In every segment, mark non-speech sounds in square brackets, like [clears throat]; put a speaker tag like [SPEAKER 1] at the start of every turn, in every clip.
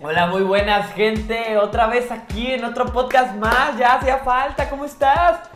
[SPEAKER 1] Hola, muy buenas, gente. Otra vez aquí en otro podcast más. Ya hacía falta. ¿Cómo
[SPEAKER 2] [laughs]
[SPEAKER 1] estás?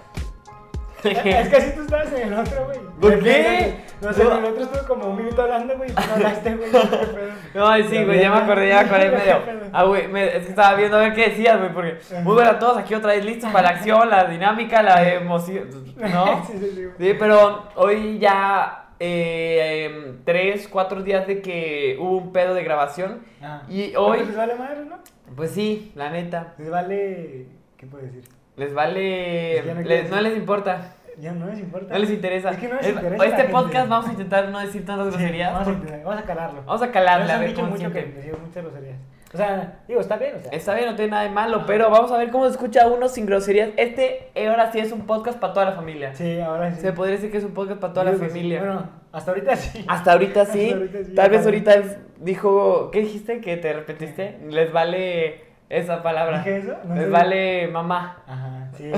[SPEAKER 2] Eh, Es que así tú estabas en el otro, güey.
[SPEAKER 1] ¿Por qué?
[SPEAKER 2] No sé, en el otro estuve como un minuto hablando, güey. y tú No hablaste, güey. qué pedo.
[SPEAKER 1] No, ay, sí, güey, ya me acordé, ya me
[SPEAKER 2] [laughs]
[SPEAKER 1] acordé medio. Ah, güey, me- es que estaba viendo a ver qué decías, güey, porque muy buenas a todos aquí otra vez listos para la acción, la dinámica, la emoción, ¿no?
[SPEAKER 2] [laughs] Sí, sí, sí, güey.
[SPEAKER 1] Sí, pero hoy ya eh, em, tres, cuatro días de que hubo un pedo de grabación y
[SPEAKER 2] Pero Les
[SPEAKER 1] hoy,
[SPEAKER 2] vale madre, ¿no?
[SPEAKER 1] pues sí, la neta,
[SPEAKER 2] Les vale. ¿Qué puedo decir?
[SPEAKER 1] les vale,
[SPEAKER 2] Es que Pues no
[SPEAKER 1] les-
[SPEAKER 2] quiero
[SPEAKER 1] no
[SPEAKER 2] decir.
[SPEAKER 1] les importa,
[SPEAKER 2] Ya no les importa.
[SPEAKER 1] no les interesa.
[SPEAKER 2] Es que no les
[SPEAKER 1] Es-
[SPEAKER 2] interesa.
[SPEAKER 1] Este
[SPEAKER 2] gente.
[SPEAKER 1] podcast vamos a intentar no decir tantas
[SPEAKER 2] Sí,
[SPEAKER 1] groserías.
[SPEAKER 2] Vamos a,
[SPEAKER 1] porque-
[SPEAKER 2] intentar- vamos a calarlo.
[SPEAKER 1] Vamos a
[SPEAKER 2] Nos
[SPEAKER 1] calarla, a
[SPEAKER 2] han
[SPEAKER 1] ver
[SPEAKER 2] dicho
[SPEAKER 1] cómo
[SPEAKER 2] mucho
[SPEAKER 1] siente.
[SPEAKER 2] que decimos muchas groserías. O sea, digo, está bien, o sea.
[SPEAKER 1] Está bien, no tiene nada de malo, pero vamos a ver cómo se escucha uno sin groserías. Este eh, ahora sí es un podcast para toda la familia.
[SPEAKER 2] Sí, ahora sí.
[SPEAKER 1] Se podría decir que es un podcast para toda la
[SPEAKER 2] Digo que sí.
[SPEAKER 1] familia.
[SPEAKER 2] Bueno, hasta ahorita sí.
[SPEAKER 1] hasta ahorita sí.
[SPEAKER 2] Hasta ahorita sí,
[SPEAKER 1] Tal vez
[SPEAKER 2] vale.
[SPEAKER 1] ahorita es- dijo, ¿qué dijiste que te repetiste? Les vale esa palabra.
[SPEAKER 2] ¿Dije eso? No
[SPEAKER 1] Les
[SPEAKER 2] sé.
[SPEAKER 1] vale mamá.
[SPEAKER 2] Ajá, sí.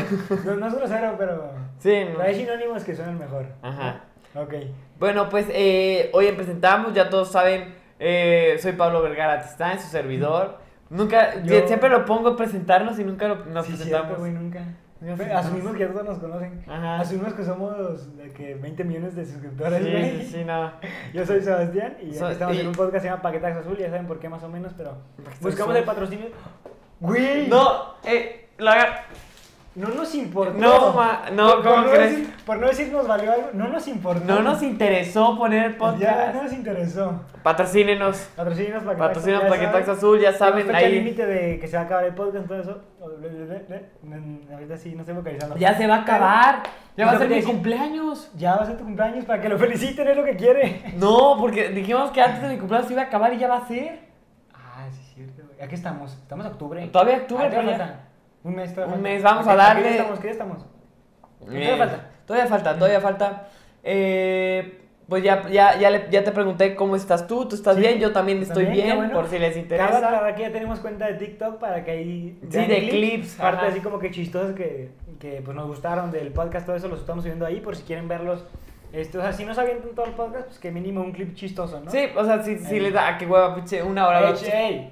[SPEAKER 2] No, no es grosero, pero.
[SPEAKER 1] Sí.
[SPEAKER 2] Pero hay sinónimos que suenan mejor.
[SPEAKER 1] Ajá.
[SPEAKER 2] Ok.
[SPEAKER 1] Bueno, pues eh, hoy presentamos, ya todos saben, eh, soy Pablo Vergara Tistán, su servidor. Nunca, eh,
[SPEAKER 2] Yo-
[SPEAKER 1] siempre lo pongo presentarnos y nunca lo- nos
[SPEAKER 2] sí,
[SPEAKER 1] presentamos.
[SPEAKER 2] cierto, güey, nunca.
[SPEAKER 1] Nos
[SPEAKER 2] Ve,
[SPEAKER 1] presentamos.
[SPEAKER 2] Asumimos que todos nos conocen.
[SPEAKER 1] Ajá.
[SPEAKER 2] Asumimos que somos de que 20 millones de suscriptores,
[SPEAKER 1] Sí,
[SPEAKER 2] güey.
[SPEAKER 1] sí, sí, no.
[SPEAKER 2] Yo soy Sebastián y aquí
[SPEAKER 1] Soy-
[SPEAKER 2] estamos
[SPEAKER 1] y-
[SPEAKER 2] en un podcast que se llama Paquetax Azul, ya saben por qué más o menos, pero
[SPEAKER 1] Paquetax
[SPEAKER 2] buscamos
[SPEAKER 1] Azul.
[SPEAKER 2] el patrocinio. Güey,
[SPEAKER 1] No, eh, la agar-
[SPEAKER 2] no nos importó.
[SPEAKER 1] No, ma- no,
[SPEAKER 2] Por- por
[SPEAKER 1] ¿cómo crees?
[SPEAKER 2] decir- por no decir nos valió algo, no nos importó.
[SPEAKER 1] no nos interesó poner el
[SPEAKER 2] Ya
[SPEAKER 1] podcast.
[SPEAKER 2] no nos interesó.
[SPEAKER 1] Patrocínenos.
[SPEAKER 2] Patrocinios Paquetax
[SPEAKER 1] Patrocínenos
[SPEAKER 2] ya
[SPEAKER 1] Paquetax
[SPEAKER 2] saben.
[SPEAKER 1] Azul, ya
[SPEAKER 2] Tenemos
[SPEAKER 1] saben,
[SPEAKER 2] fecha
[SPEAKER 1] ahí.
[SPEAKER 2] límite de que se va a acabar el podcast, todo eso. Mm, Ahorita sí, no estoy vocalizando.
[SPEAKER 1] Ya se va a acabar. Ya va a
[SPEAKER 2] Lo que
[SPEAKER 1] ser mi
[SPEAKER 2] decía-
[SPEAKER 1] cumpleaños.
[SPEAKER 2] Ya va a ser tu cumpleaños para que lo feliciten, es lo que quiere.
[SPEAKER 1] No, porque dijimos que antes de mi cumpleaños se iba a acabar y ya va a ser.
[SPEAKER 2] Ah, sí, es cierto. güey. ¿A qué estamos? Estamos en octubre.
[SPEAKER 1] Todavía octubre,
[SPEAKER 2] Ah, todavía
[SPEAKER 1] pero ya-
[SPEAKER 2] falta. Un mes todavía
[SPEAKER 1] Un
[SPEAKER 2] falta.
[SPEAKER 1] mes, vamos a
[SPEAKER 2] Ok,
[SPEAKER 1] darle-
[SPEAKER 2] ¿Qué día estamos? ¿Qué día estamos? Todavía
[SPEAKER 1] Eh,
[SPEAKER 2] falta.
[SPEAKER 1] Todavía falta, todavía falta. Eh, pues ya, ya, ya, le- ya te pregunté cómo estás tú. ¿Tú estás
[SPEAKER 2] Sí.
[SPEAKER 1] bien? Yo también estoy
[SPEAKER 2] También, qué
[SPEAKER 1] bien,
[SPEAKER 2] bueno.
[SPEAKER 1] por si les
[SPEAKER 2] Cabe
[SPEAKER 1] interesa.
[SPEAKER 2] aclarar que ya tenemos cuenta de TikTok para que ahí.
[SPEAKER 1] Sí,
[SPEAKER 2] vean
[SPEAKER 1] de clips,
[SPEAKER 2] Parte
[SPEAKER 1] ajá.
[SPEAKER 2] así como que chistosas que, que pues, nos gustaron del podcast, todo eso los estamos subiendo ahí por si quieren verlos. Este, o sea, si no sabían todo el podcast, pues que mínimo un clip chistoso, ¿no?
[SPEAKER 1] Sí, o sea, si, si
[SPEAKER 2] Ey.
[SPEAKER 1] les da, ah, qué hueva, pinche, una hora.
[SPEAKER 2] Ey,
[SPEAKER 1] dos-
[SPEAKER 2] ey,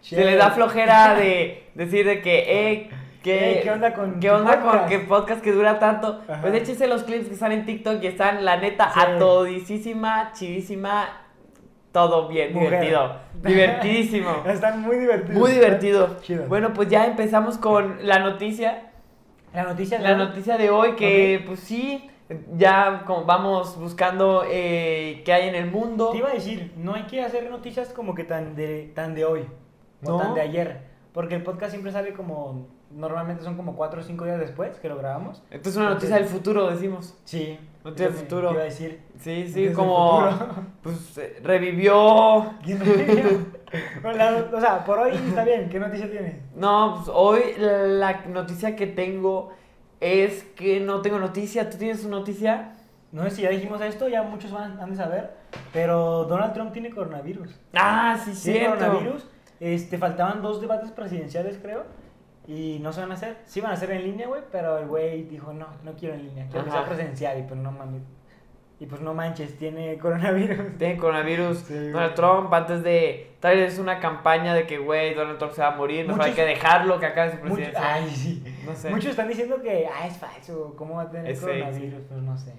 [SPEAKER 1] Se
[SPEAKER 2] ey.
[SPEAKER 1] les da flojera de decir de que, eh, que,
[SPEAKER 2] Eh, ¿qué onda con
[SPEAKER 1] qué
[SPEAKER 2] tu
[SPEAKER 1] onda con
[SPEAKER 2] podcast?
[SPEAKER 1] que podcast que dura tanto?
[SPEAKER 2] Ajá.
[SPEAKER 1] Pues échese los clips que están en TikTok y están, la neta,
[SPEAKER 2] Sí.
[SPEAKER 1] atodicísima, chidísima, todo bien,
[SPEAKER 2] Mujer. [laughs]
[SPEAKER 1] divertido, divertidísimo,
[SPEAKER 2] Están muy divertidos.
[SPEAKER 1] muy divertido.
[SPEAKER 2] Chido.
[SPEAKER 1] Bueno, pues ya empezamos con la noticia,
[SPEAKER 2] la noticia
[SPEAKER 1] la
[SPEAKER 2] ¿no?
[SPEAKER 1] noticia de hoy que, pues sí, ya como vamos buscando eh, qué hay en el mundo.
[SPEAKER 2] Te iba a decir, no hay que hacer noticias como que tan de, tan de hoy
[SPEAKER 1] No.
[SPEAKER 2] o tan de ayer, porque el podcast siempre sale como, normalmente son como 4 o 5 días después que lo grabamos.
[SPEAKER 1] Esto es una noticia del futuro, decimos.
[SPEAKER 2] Sí.
[SPEAKER 1] Noticia del
[SPEAKER 2] es lo que
[SPEAKER 1] futuro.
[SPEAKER 2] Te iba a decir.
[SPEAKER 1] Sí,
[SPEAKER 2] Desde
[SPEAKER 1] sí,
[SPEAKER 2] el
[SPEAKER 1] como
[SPEAKER 2] futuro.
[SPEAKER 1] [laughs] pues eh, revivió. [laughs]
[SPEAKER 2] Bueno, la- o sea, por hoy está bien, ¿qué noticia tiene?
[SPEAKER 1] No, pues hoy la noticia que tengo es que no tengo noticia. ¿Tú tienes una noticia?
[SPEAKER 2] No sé si ya dijimos esto, ya muchos van, han de saber, pero Donald Trump tiene coronavirus.
[SPEAKER 1] Ah, sí,
[SPEAKER 2] Tiene
[SPEAKER 1] cierto.
[SPEAKER 2] coronavirus, este, faltaban dos debates presidenciales, creo, y no se van a hacer. Sí van a hacer en línea, güey, pero el güey dijo, no, no quiero en línea, quiero que sea
[SPEAKER 1] Ajá.
[SPEAKER 2] presencial, y pues no mames. Y pues no manches,
[SPEAKER 1] [laughs]
[SPEAKER 2] tiene coronavirus.
[SPEAKER 1] Tiene coronavirus.
[SPEAKER 2] Sí, güey.
[SPEAKER 1] Donald Trump, antes de. Tal vez es una campaña de que, güey, Donald Trump se va a morir. Mejor hay
[SPEAKER 2] Muchos- ah.
[SPEAKER 1] que dejarlo que acabe su
[SPEAKER 2] Muchos,
[SPEAKER 1] presidencia.
[SPEAKER 2] ay, sí.
[SPEAKER 1] No sé.
[SPEAKER 2] Muchos están diciendo que, ah, es falso, ¿cómo va a tener
[SPEAKER 1] Es fake,
[SPEAKER 2] coronavirus? Pues no sé.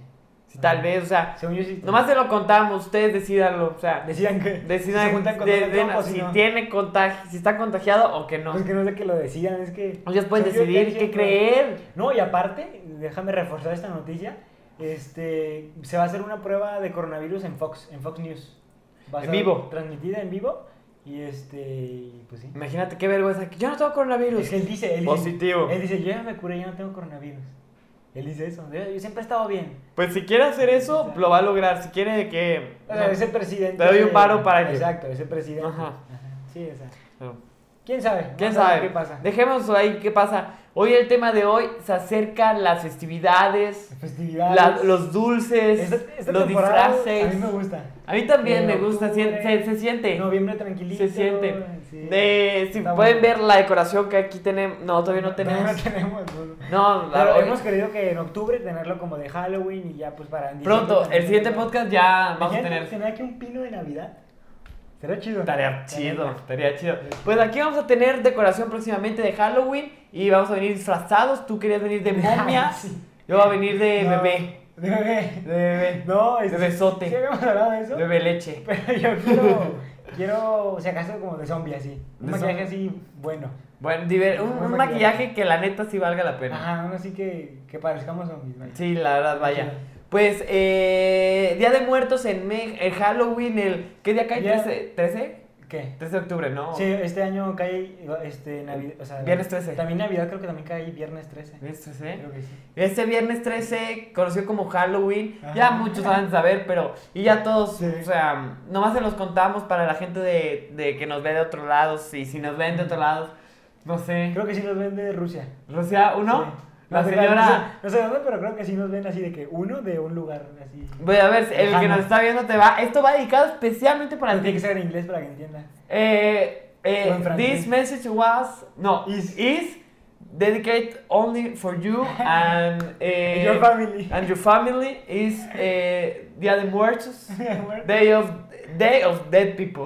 [SPEAKER 1] Sí, tal vez, o sea.
[SPEAKER 2] Según yo sí.
[SPEAKER 1] Nomás se lo contamos, ustedes decidanlo. O sea,
[SPEAKER 2] Decidan que. si se
[SPEAKER 1] decidan
[SPEAKER 2] juntan con
[SPEAKER 1] de-
[SPEAKER 2] Donald
[SPEAKER 1] de-
[SPEAKER 2] Trump o si,
[SPEAKER 1] si
[SPEAKER 2] no.
[SPEAKER 1] tiene contagio, si está contagiado o que no.
[SPEAKER 2] Pues que no sé que lo decidan, es que.
[SPEAKER 1] Ellos pueden
[SPEAKER 2] según yo,
[SPEAKER 1] decidir
[SPEAKER 2] ya
[SPEAKER 1] qué
[SPEAKER 2] dicen,
[SPEAKER 1] creer.
[SPEAKER 2] No, y aparte, déjame reforzar esta noticia, este, se va a hacer una prueba de coronavirus en Fox, en Fox News. Va a
[SPEAKER 1] En
[SPEAKER 2] ser
[SPEAKER 1] vivo.
[SPEAKER 2] Transmitida en vivo y este, y pues sí.
[SPEAKER 1] Imagínate qué vergüenza. que Yo no tengo coronavirus.
[SPEAKER 2] Es que él dice, él
[SPEAKER 1] Positivo.
[SPEAKER 2] Dice, él dice, yo ya me curé, ya no tengo coronavirus. Él dice eso, yo, yo siempre he estado bien.
[SPEAKER 1] Pues si quiere hacer eso, lo va a lograr. Si quiere que...
[SPEAKER 2] O sea, ese presidente.
[SPEAKER 1] Te doy un paro para que-
[SPEAKER 2] Exacto, ese presidente.
[SPEAKER 1] Ajá.
[SPEAKER 2] Sí, o sea,
[SPEAKER 1] Pero,
[SPEAKER 2] ¿Quién sabe?
[SPEAKER 1] ¿Quién
[SPEAKER 2] Vamos a ver
[SPEAKER 1] sabe?
[SPEAKER 2] ¿Qué pasa?
[SPEAKER 1] Dejemos ahí qué pasa. Hoy el tema de hoy se acercan las festividades,
[SPEAKER 2] Festividades.
[SPEAKER 1] la- los dulces,
[SPEAKER 2] Esta- esta
[SPEAKER 1] los
[SPEAKER 2] temporada,
[SPEAKER 1] disfraces.
[SPEAKER 2] A mí me gusta.
[SPEAKER 1] también
[SPEAKER 2] De
[SPEAKER 1] me gusta, sien-
[SPEAKER 2] octubre,
[SPEAKER 1] se, se siente.
[SPEAKER 2] Noviembre tranquilito.
[SPEAKER 1] se siente.
[SPEAKER 2] sí.
[SPEAKER 1] Eh, si
[SPEAKER 2] Está
[SPEAKER 1] pueden
[SPEAKER 2] bueno.
[SPEAKER 1] ver la decoración que aquí tenemos. No, todavía no
[SPEAKER 2] No,
[SPEAKER 1] tenemos.
[SPEAKER 2] no tenemos. no.
[SPEAKER 1] No, la- eh,
[SPEAKER 2] Pero
[SPEAKER 1] hoy-
[SPEAKER 2] hemos querido que en octubre tenerlo como de Halloween y ya pues para... en diciembre
[SPEAKER 1] pronto, el
[SPEAKER 2] también,
[SPEAKER 1] siguiente
[SPEAKER 2] ¿no?
[SPEAKER 1] podcast ya vamos a
[SPEAKER 2] Imagínate
[SPEAKER 1] tener.
[SPEAKER 2] Tener aquí un pino de Navidad. Será chido.
[SPEAKER 1] Estaría chido, estaría chido. Pues aquí vamos a tener decoración próximamente de Halloween y vamos a venir disfrazados. Tú querías venir
[SPEAKER 2] [laughs]
[SPEAKER 1] de momia,
[SPEAKER 2] Sí.
[SPEAKER 1] yo voy a venir de
[SPEAKER 2] No,
[SPEAKER 1] bebé,
[SPEAKER 2] De bebé.
[SPEAKER 1] de bebé,
[SPEAKER 2] No,
[SPEAKER 1] de besote,
[SPEAKER 2] ¿Sí
[SPEAKER 1] de
[SPEAKER 2] habíamos hablado de eso?
[SPEAKER 1] bebé leche.
[SPEAKER 2] Pero yo quiero, quiero, si acaso, como de zombie así. Un
[SPEAKER 1] De
[SPEAKER 2] maquillaje
[SPEAKER 1] zombie.
[SPEAKER 2] así bueno.
[SPEAKER 1] Bueno, diver- un,
[SPEAKER 2] Buen
[SPEAKER 1] un
[SPEAKER 2] maquillaje.
[SPEAKER 1] maquillaje que la neta sí valga la pena.
[SPEAKER 2] Ajá, uno así que, que parezcamos zombies. vaya.
[SPEAKER 1] Sí, la verdad, vaya. Pues, eh, Día de Muertos en Mex- el Halloween, el... ¿Qué día cae?
[SPEAKER 2] Ya.
[SPEAKER 1] ¿13? ¿13?
[SPEAKER 2] ¿Qué?
[SPEAKER 1] 13 de octubre, ¿no?
[SPEAKER 2] Sí, este año cae este, Navidad. O sea,
[SPEAKER 1] Viernes 13.
[SPEAKER 2] También Navidad creo que también cae viernes 13.
[SPEAKER 1] ¿Viernes 13?
[SPEAKER 2] Creo que sí.
[SPEAKER 1] Este viernes 13, conocido como Halloween,
[SPEAKER 2] Ajá.
[SPEAKER 1] ya muchos saben saber, pero... Y ya todos,
[SPEAKER 2] Sí.
[SPEAKER 1] o sea, nomás se los contamos para la gente de, de que nos ve de otro lado, si, si nos ven de otro lado, no sé.
[SPEAKER 2] Creo que sí nos ven de Rusia.
[SPEAKER 1] Rocía, ¿uno?
[SPEAKER 2] Sí.
[SPEAKER 1] La
[SPEAKER 2] No sé,
[SPEAKER 1] señora...
[SPEAKER 2] No sé, no sé dónde, pero creo que sí nos ven así de que uno de un lugar así.
[SPEAKER 1] Voy a ver, el que
[SPEAKER 2] Lejano.
[SPEAKER 1] nos está viendo te va... Esto va dedicado especialmente para
[SPEAKER 2] Tiene
[SPEAKER 1] ti.
[SPEAKER 2] que ser en inglés para que entienda.
[SPEAKER 1] Eh, eh,
[SPEAKER 2] O en francés.
[SPEAKER 1] this message was no
[SPEAKER 2] Is.
[SPEAKER 1] is, dedicated only for
[SPEAKER 2] [laughs]
[SPEAKER 1] you and eh,
[SPEAKER 2] Y Your family.
[SPEAKER 1] [laughs] and your family is eh, Día de Muertos, Day of Day of Dead
[SPEAKER 2] [laughs]
[SPEAKER 1] People.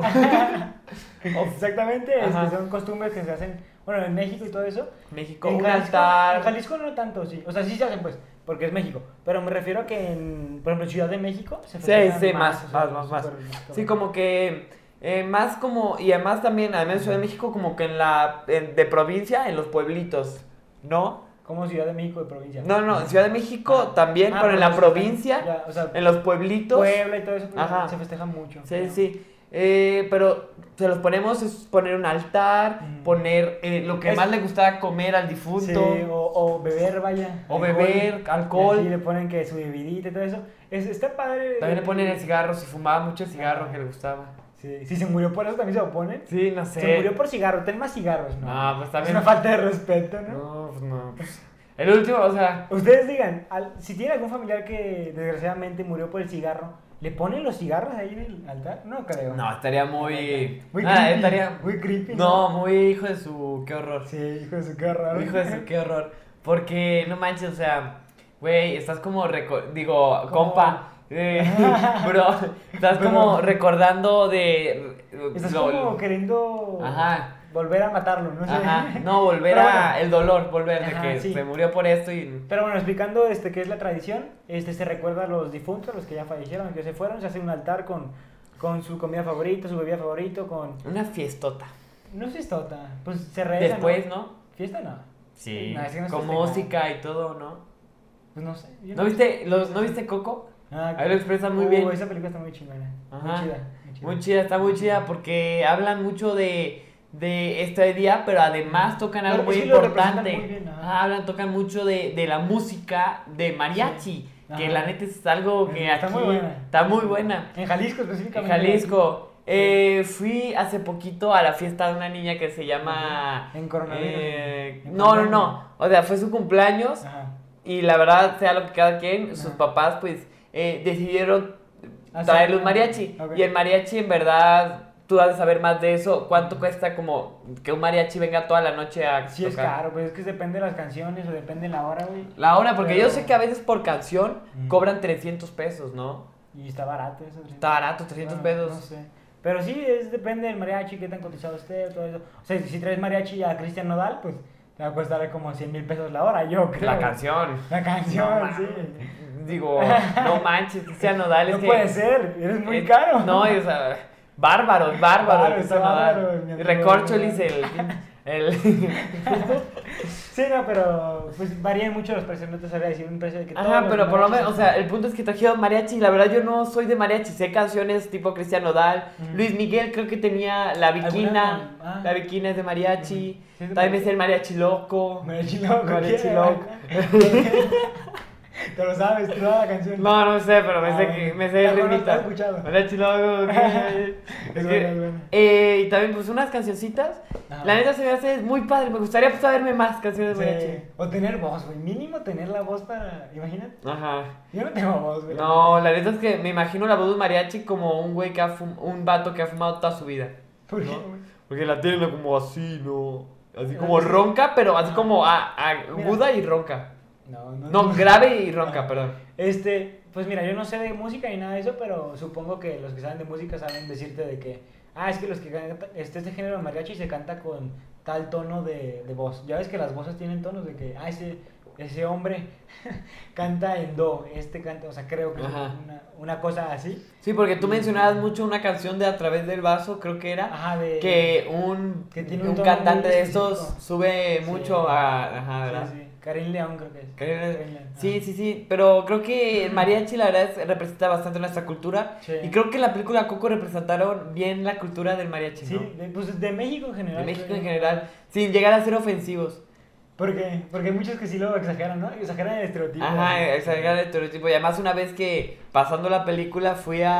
[SPEAKER 1] of
[SPEAKER 2] Exactamente, es
[SPEAKER 1] Oh. Ajá.
[SPEAKER 2] que son costumbres que se hacen, bueno, en México y todo eso.
[SPEAKER 1] México,
[SPEAKER 2] en
[SPEAKER 1] un
[SPEAKER 2] Jalisco, en
[SPEAKER 1] altar.
[SPEAKER 2] Jalisco no tanto, sí. O sea, sí se hacen, pues, porque es México. Pero me refiero a que en, por ejemplo, Ciudad de México se
[SPEAKER 1] Sí,
[SPEAKER 2] festejan
[SPEAKER 1] sí, más,
[SPEAKER 2] o sea,
[SPEAKER 1] más, más, más.
[SPEAKER 2] súper- súper-
[SPEAKER 1] Sí, como que eh, más como y además también además en Ciudad de México como que en la en- de provincia en los pueblitos, ¿no?
[SPEAKER 2] Como Ciudad de México de provincia.
[SPEAKER 1] No, no, en Ciudad de México también,
[SPEAKER 2] Ah,
[SPEAKER 1] pero en la
[SPEAKER 2] pues,
[SPEAKER 1] provincia.
[SPEAKER 2] ya, o sea,
[SPEAKER 1] En los pueblitos.
[SPEAKER 2] Puebla y todo eso pues,
[SPEAKER 1] Ajá.
[SPEAKER 2] se festeja mucho.
[SPEAKER 1] Sí,
[SPEAKER 2] creo.
[SPEAKER 1] sí. Eh, pero se los ponemos, es poner un altar,
[SPEAKER 2] Ujú.
[SPEAKER 1] poner eh, lo que
[SPEAKER 2] Es-
[SPEAKER 1] más le gustaba comer al
[SPEAKER 2] Sí,
[SPEAKER 1] difunto.
[SPEAKER 2] o, o beber, vaya.
[SPEAKER 1] O beber, alcohol.
[SPEAKER 2] Y así le ponen que su bebidita y todo eso. Es, está padre.
[SPEAKER 1] También le ponen el cigarro, si fumaba mucho el cigarro que le gustaba.
[SPEAKER 2] Sí, si se murió por eso también se lo ponen.
[SPEAKER 1] Sí, no sé.
[SPEAKER 2] Se murió por cigarro, ten más cigarros, ¿no?
[SPEAKER 1] No, pues
[SPEAKER 2] Es
[SPEAKER 1] también.
[SPEAKER 2] una falta de respeto, ¿no?
[SPEAKER 1] No, pues no. pues. El último, o sea.
[SPEAKER 2] Ustedes digan, al- si tienen algún familiar que desgraciadamente murió por el cigarro, ¿le ponen los cigarros ahí en el altar? No creo.
[SPEAKER 1] No, estaría muy.
[SPEAKER 2] Muy
[SPEAKER 1] Ah,
[SPEAKER 2] creepy.
[SPEAKER 1] estaría.
[SPEAKER 2] Muy creepy.
[SPEAKER 1] No, muy hijo de su. Qué horror.
[SPEAKER 2] Sí, hijo de su qué raro.
[SPEAKER 1] Hijo de su, qué horror. Porque, no manches, o sea, güey, estás como, reco- digo,
[SPEAKER 2] Como- [laughs]
[SPEAKER 1] compa, eh, [laughs] bro, estás
[SPEAKER 2] Bro.
[SPEAKER 1] como recordando de...
[SPEAKER 2] [laughs] Estás
[SPEAKER 1] lo-
[SPEAKER 2] como queriendo
[SPEAKER 1] Ajá.
[SPEAKER 2] volver a matarlo, no sé. [laughs]
[SPEAKER 1] Ajá, no, volver
[SPEAKER 2] Pero
[SPEAKER 1] a
[SPEAKER 2] bueno.
[SPEAKER 1] el dolor, volver de
[SPEAKER 2] Ajá,
[SPEAKER 1] que
[SPEAKER 2] sí.
[SPEAKER 1] se murió por esto y...
[SPEAKER 2] Pero bueno, explicando este qué es la tradición, este se recuerda a los difuntos, los que ya fallecieron, que se fueron, se hace un altar con, con su comida favorita, su bebida favorito, con
[SPEAKER 1] Una fiestota.
[SPEAKER 2] no sé tota, pues se reza.
[SPEAKER 1] Después, ¿no?
[SPEAKER 2] Fiesta no.
[SPEAKER 1] Sí.
[SPEAKER 2] No, es que no
[SPEAKER 1] Con
[SPEAKER 2] se festeja.
[SPEAKER 1] música y todo, ¿no?
[SPEAKER 2] Pues no sé. yo
[SPEAKER 1] ¿No viste, los- ¿no viste Coco?
[SPEAKER 2] Ah,
[SPEAKER 1] Ahí lo expresan muy
[SPEAKER 2] uh,
[SPEAKER 1] bien.
[SPEAKER 2] Esa película está muy chingona.
[SPEAKER 1] Ajá.
[SPEAKER 2] Muy chida. Muy chida.
[SPEAKER 1] Muy chida, está muy chida porque hablan mucho de, de este día, pero además tocan
[SPEAKER 2] Pero
[SPEAKER 1] algo
[SPEAKER 2] es
[SPEAKER 1] muy
[SPEAKER 2] que lo representan
[SPEAKER 1] importante.
[SPEAKER 2] muy bien, ajá.
[SPEAKER 1] Ajá, hablan, tocan mucho de, de la música de mariachi,
[SPEAKER 2] Sí.
[SPEAKER 1] que
[SPEAKER 2] Ajá.
[SPEAKER 1] la neta es algo que
[SPEAKER 2] Está
[SPEAKER 1] aquí
[SPEAKER 2] muy buena.
[SPEAKER 1] está muy buena.
[SPEAKER 2] En Jalisco
[SPEAKER 1] En
[SPEAKER 2] específicamente.
[SPEAKER 1] Jalisco. eh, fui hace poquito a la fiesta de una niña que se llllama...
[SPEAKER 2] En Coronavirus.
[SPEAKER 1] eh,
[SPEAKER 2] En
[SPEAKER 1] no, no,
[SPEAKER 2] Coronavirus.
[SPEAKER 1] no. O sea, fue su cumpleaños
[SPEAKER 2] Ajá.
[SPEAKER 1] y la verdad, sea lo que cada quien, sus
[SPEAKER 2] Ajá.
[SPEAKER 1] papás, pues, eh, decidieron
[SPEAKER 2] Hacer-
[SPEAKER 1] traerle un mariachi.
[SPEAKER 2] Ah, Ok.
[SPEAKER 1] Y el mariachi, en verdad, tú has de saber más de eso. ¿Cuánto cuesta como que un mariachi venga toda la noche a
[SPEAKER 2] Sí es
[SPEAKER 1] tocar?
[SPEAKER 2] caro, pues es que depende de las canciones o depende de la hora, güey.
[SPEAKER 1] La hora, porque
[SPEAKER 2] Pero-
[SPEAKER 1] yo sé que a veces por canción
[SPEAKER 2] Mm.
[SPEAKER 1] cobran 300 pesos, ¿no?
[SPEAKER 2] Y está barato eso.
[SPEAKER 1] Está barato, 300
[SPEAKER 2] Bueno,
[SPEAKER 1] pesos.
[SPEAKER 2] No sé. Pero sí, es, depende del mariachi, qué tan cotizado esté, todo eso. O sea, si traes mariachi a Cristian Nodal, pues te va a costar como 100 mil pesos la hora, yo creo.
[SPEAKER 1] La canción.
[SPEAKER 2] La canción,
[SPEAKER 1] No,
[SPEAKER 2] sí. [laughs]
[SPEAKER 1] Digo, no manches, Cristiano Dales.
[SPEAKER 2] No puede ser, eres muy caro.
[SPEAKER 1] No, y, o sea, bárbaro, bárbaro,
[SPEAKER 2] Bárbaro,
[SPEAKER 1] Cristiano
[SPEAKER 2] está
[SPEAKER 1] Nodal.
[SPEAKER 2] bárbaro, mi
[SPEAKER 1] Y
[SPEAKER 2] amigo.
[SPEAKER 1] Recorcholis, el.
[SPEAKER 2] [laughs]
[SPEAKER 1] el
[SPEAKER 2] Sí, no, pero pues varían mucho los precios, no te sabría decir un precio de que todos
[SPEAKER 1] Ajá,
[SPEAKER 2] los
[SPEAKER 1] pero por lo menos,
[SPEAKER 2] mariachis
[SPEAKER 1] o
[SPEAKER 2] son-
[SPEAKER 1] sea, el punto es que trajeron mariachi. y La verdad, yo no soy de mariachi. Sé canciones tipo Cristiano Dal.
[SPEAKER 2] Ujú.
[SPEAKER 1] Luis Miguel, creo que tenía La Viquina.
[SPEAKER 2] con- Mm. ah.
[SPEAKER 1] La Viquina es de mariachi.
[SPEAKER 2] Sí, es de
[SPEAKER 1] También
[SPEAKER 2] mariachi.
[SPEAKER 1] es el mariachi loco.
[SPEAKER 2] Mariachi loco.
[SPEAKER 1] Mariachi
[SPEAKER 2] ¿quién?
[SPEAKER 1] loco.
[SPEAKER 2] Te lo sabes, toda la canción.
[SPEAKER 1] No, no sé, pero me
[SPEAKER 2] Ah,
[SPEAKER 1] sé,
[SPEAKER 2] bueno.
[SPEAKER 1] que- me sé
[SPEAKER 2] Ah,
[SPEAKER 1] el
[SPEAKER 2] bueno,
[SPEAKER 1] ritmito.
[SPEAKER 2] lo he escuchado.
[SPEAKER 1] Mariachi
[SPEAKER 2] [laughs]
[SPEAKER 1] loco.
[SPEAKER 2] Es
[SPEAKER 1] Es
[SPEAKER 2] buena, es
[SPEAKER 1] que-
[SPEAKER 2] buena.
[SPEAKER 1] eh, y también pues unas cancioncitas.
[SPEAKER 2] Ajá.
[SPEAKER 1] La neta se me hace muy padre. Me gustaría pues, saberme más canciones
[SPEAKER 2] Sí.
[SPEAKER 1] de mariachi.
[SPEAKER 2] O tener voz, güey. Mínimo tener la voz para. Imagínate.
[SPEAKER 1] Ajá.
[SPEAKER 2] Yo no tengo voz, güey.
[SPEAKER 1] No, la neta es que me imagino la voz de un mariachi como un güey que ha fum- un vato que ha fumado toda su vida.
[SPEAKER 2] ¿Por qué,
[SPEAKER 1] No.
[SPEAKER 2] güey?
[SPEAKER 1] Porque la tiene como así, ¿no? Así
[SPEAKER 2] Ah,
[SPEAKER 1] como
[SPEAKER 2] sí.
[SPEAKER 1] ronca, pero así como a- a-
[SPEAKER 2] Mira.
[SPEAKER 1] aguda y ronca.
[SPEAKER 2] No,
[SPEAKER 1] No, grave y ronca,
[SPEAKER 2] Ah.
[SPEAKER 1] perdón.
[SPEAKER 2] Este, pues mira, yo no sé de música ni nada de eso, pero supongo que los que saben de música saben decirte de que, ah, es que los que cantan, este es de género mariachi y se canta con tal tono de, de voz. Ya ves que las voces tienen tonos de que, ah, ese, ese hombre [laughs] canta en do, este canta, o sea, creo que es
[SPEAKER 1] Ajá.
[SPEAKER 2] una, una cosa así.
[SPEAKER 1] Sí, porque tú mencionabas mucho una canción de A través del vaso, creo que era.
[SPEAKER 2] Ajá, de...
[SPEAKER 1] Ah, eh, que un,
[SPEAKER 2] que tiene
[SPEAKER 1] un,
[SPEAKER 2] un tono
[SPEAKER 1] cantante
[SPEAKER 2] muy
[SPEAKER 1] de estos
[SPEAKER 2] específico.
[SPEAKER 1] sube
[SPEAKER 2] Sí.
[SPEAKER 1] mucho a... Ajá, Ah, ¿verdad?
[SPEAKER 2] Sí, sí. Karin León creo que es.
[SPEAKER 1] Creo que-
[SPEAKER 2] Karin León,
[SPEAKER 1] Sí,
[SPEAKER 2] ajá.
[SPEAKER 1] sí, sí, pero creo que el mariachi la verdad es- representa bastante nuestra cultura
[SPEAKER 2] Sí.
[SPEAKER 1] y creo que en la película Coco representaron bien la cultura del mariachi,
[SPEAKER 2] Sí,
[SPEAKER 1] ¿no?
[SPEAKER 2] de- pues de México en general.
[SPEAKER 1] De México
[SPEAKER 2] creo.
[SPEAKER 1] en general, sin llegar a ser ofensivos.
[SPEAKER 2] Porque, porque hay muchos que sí lo exageran, ¿no? Exageran el estereotipo.
[SPEAKER 1] Ajá, eh, exagerar el estereotipo. Y además una vez que pasando la película fui a...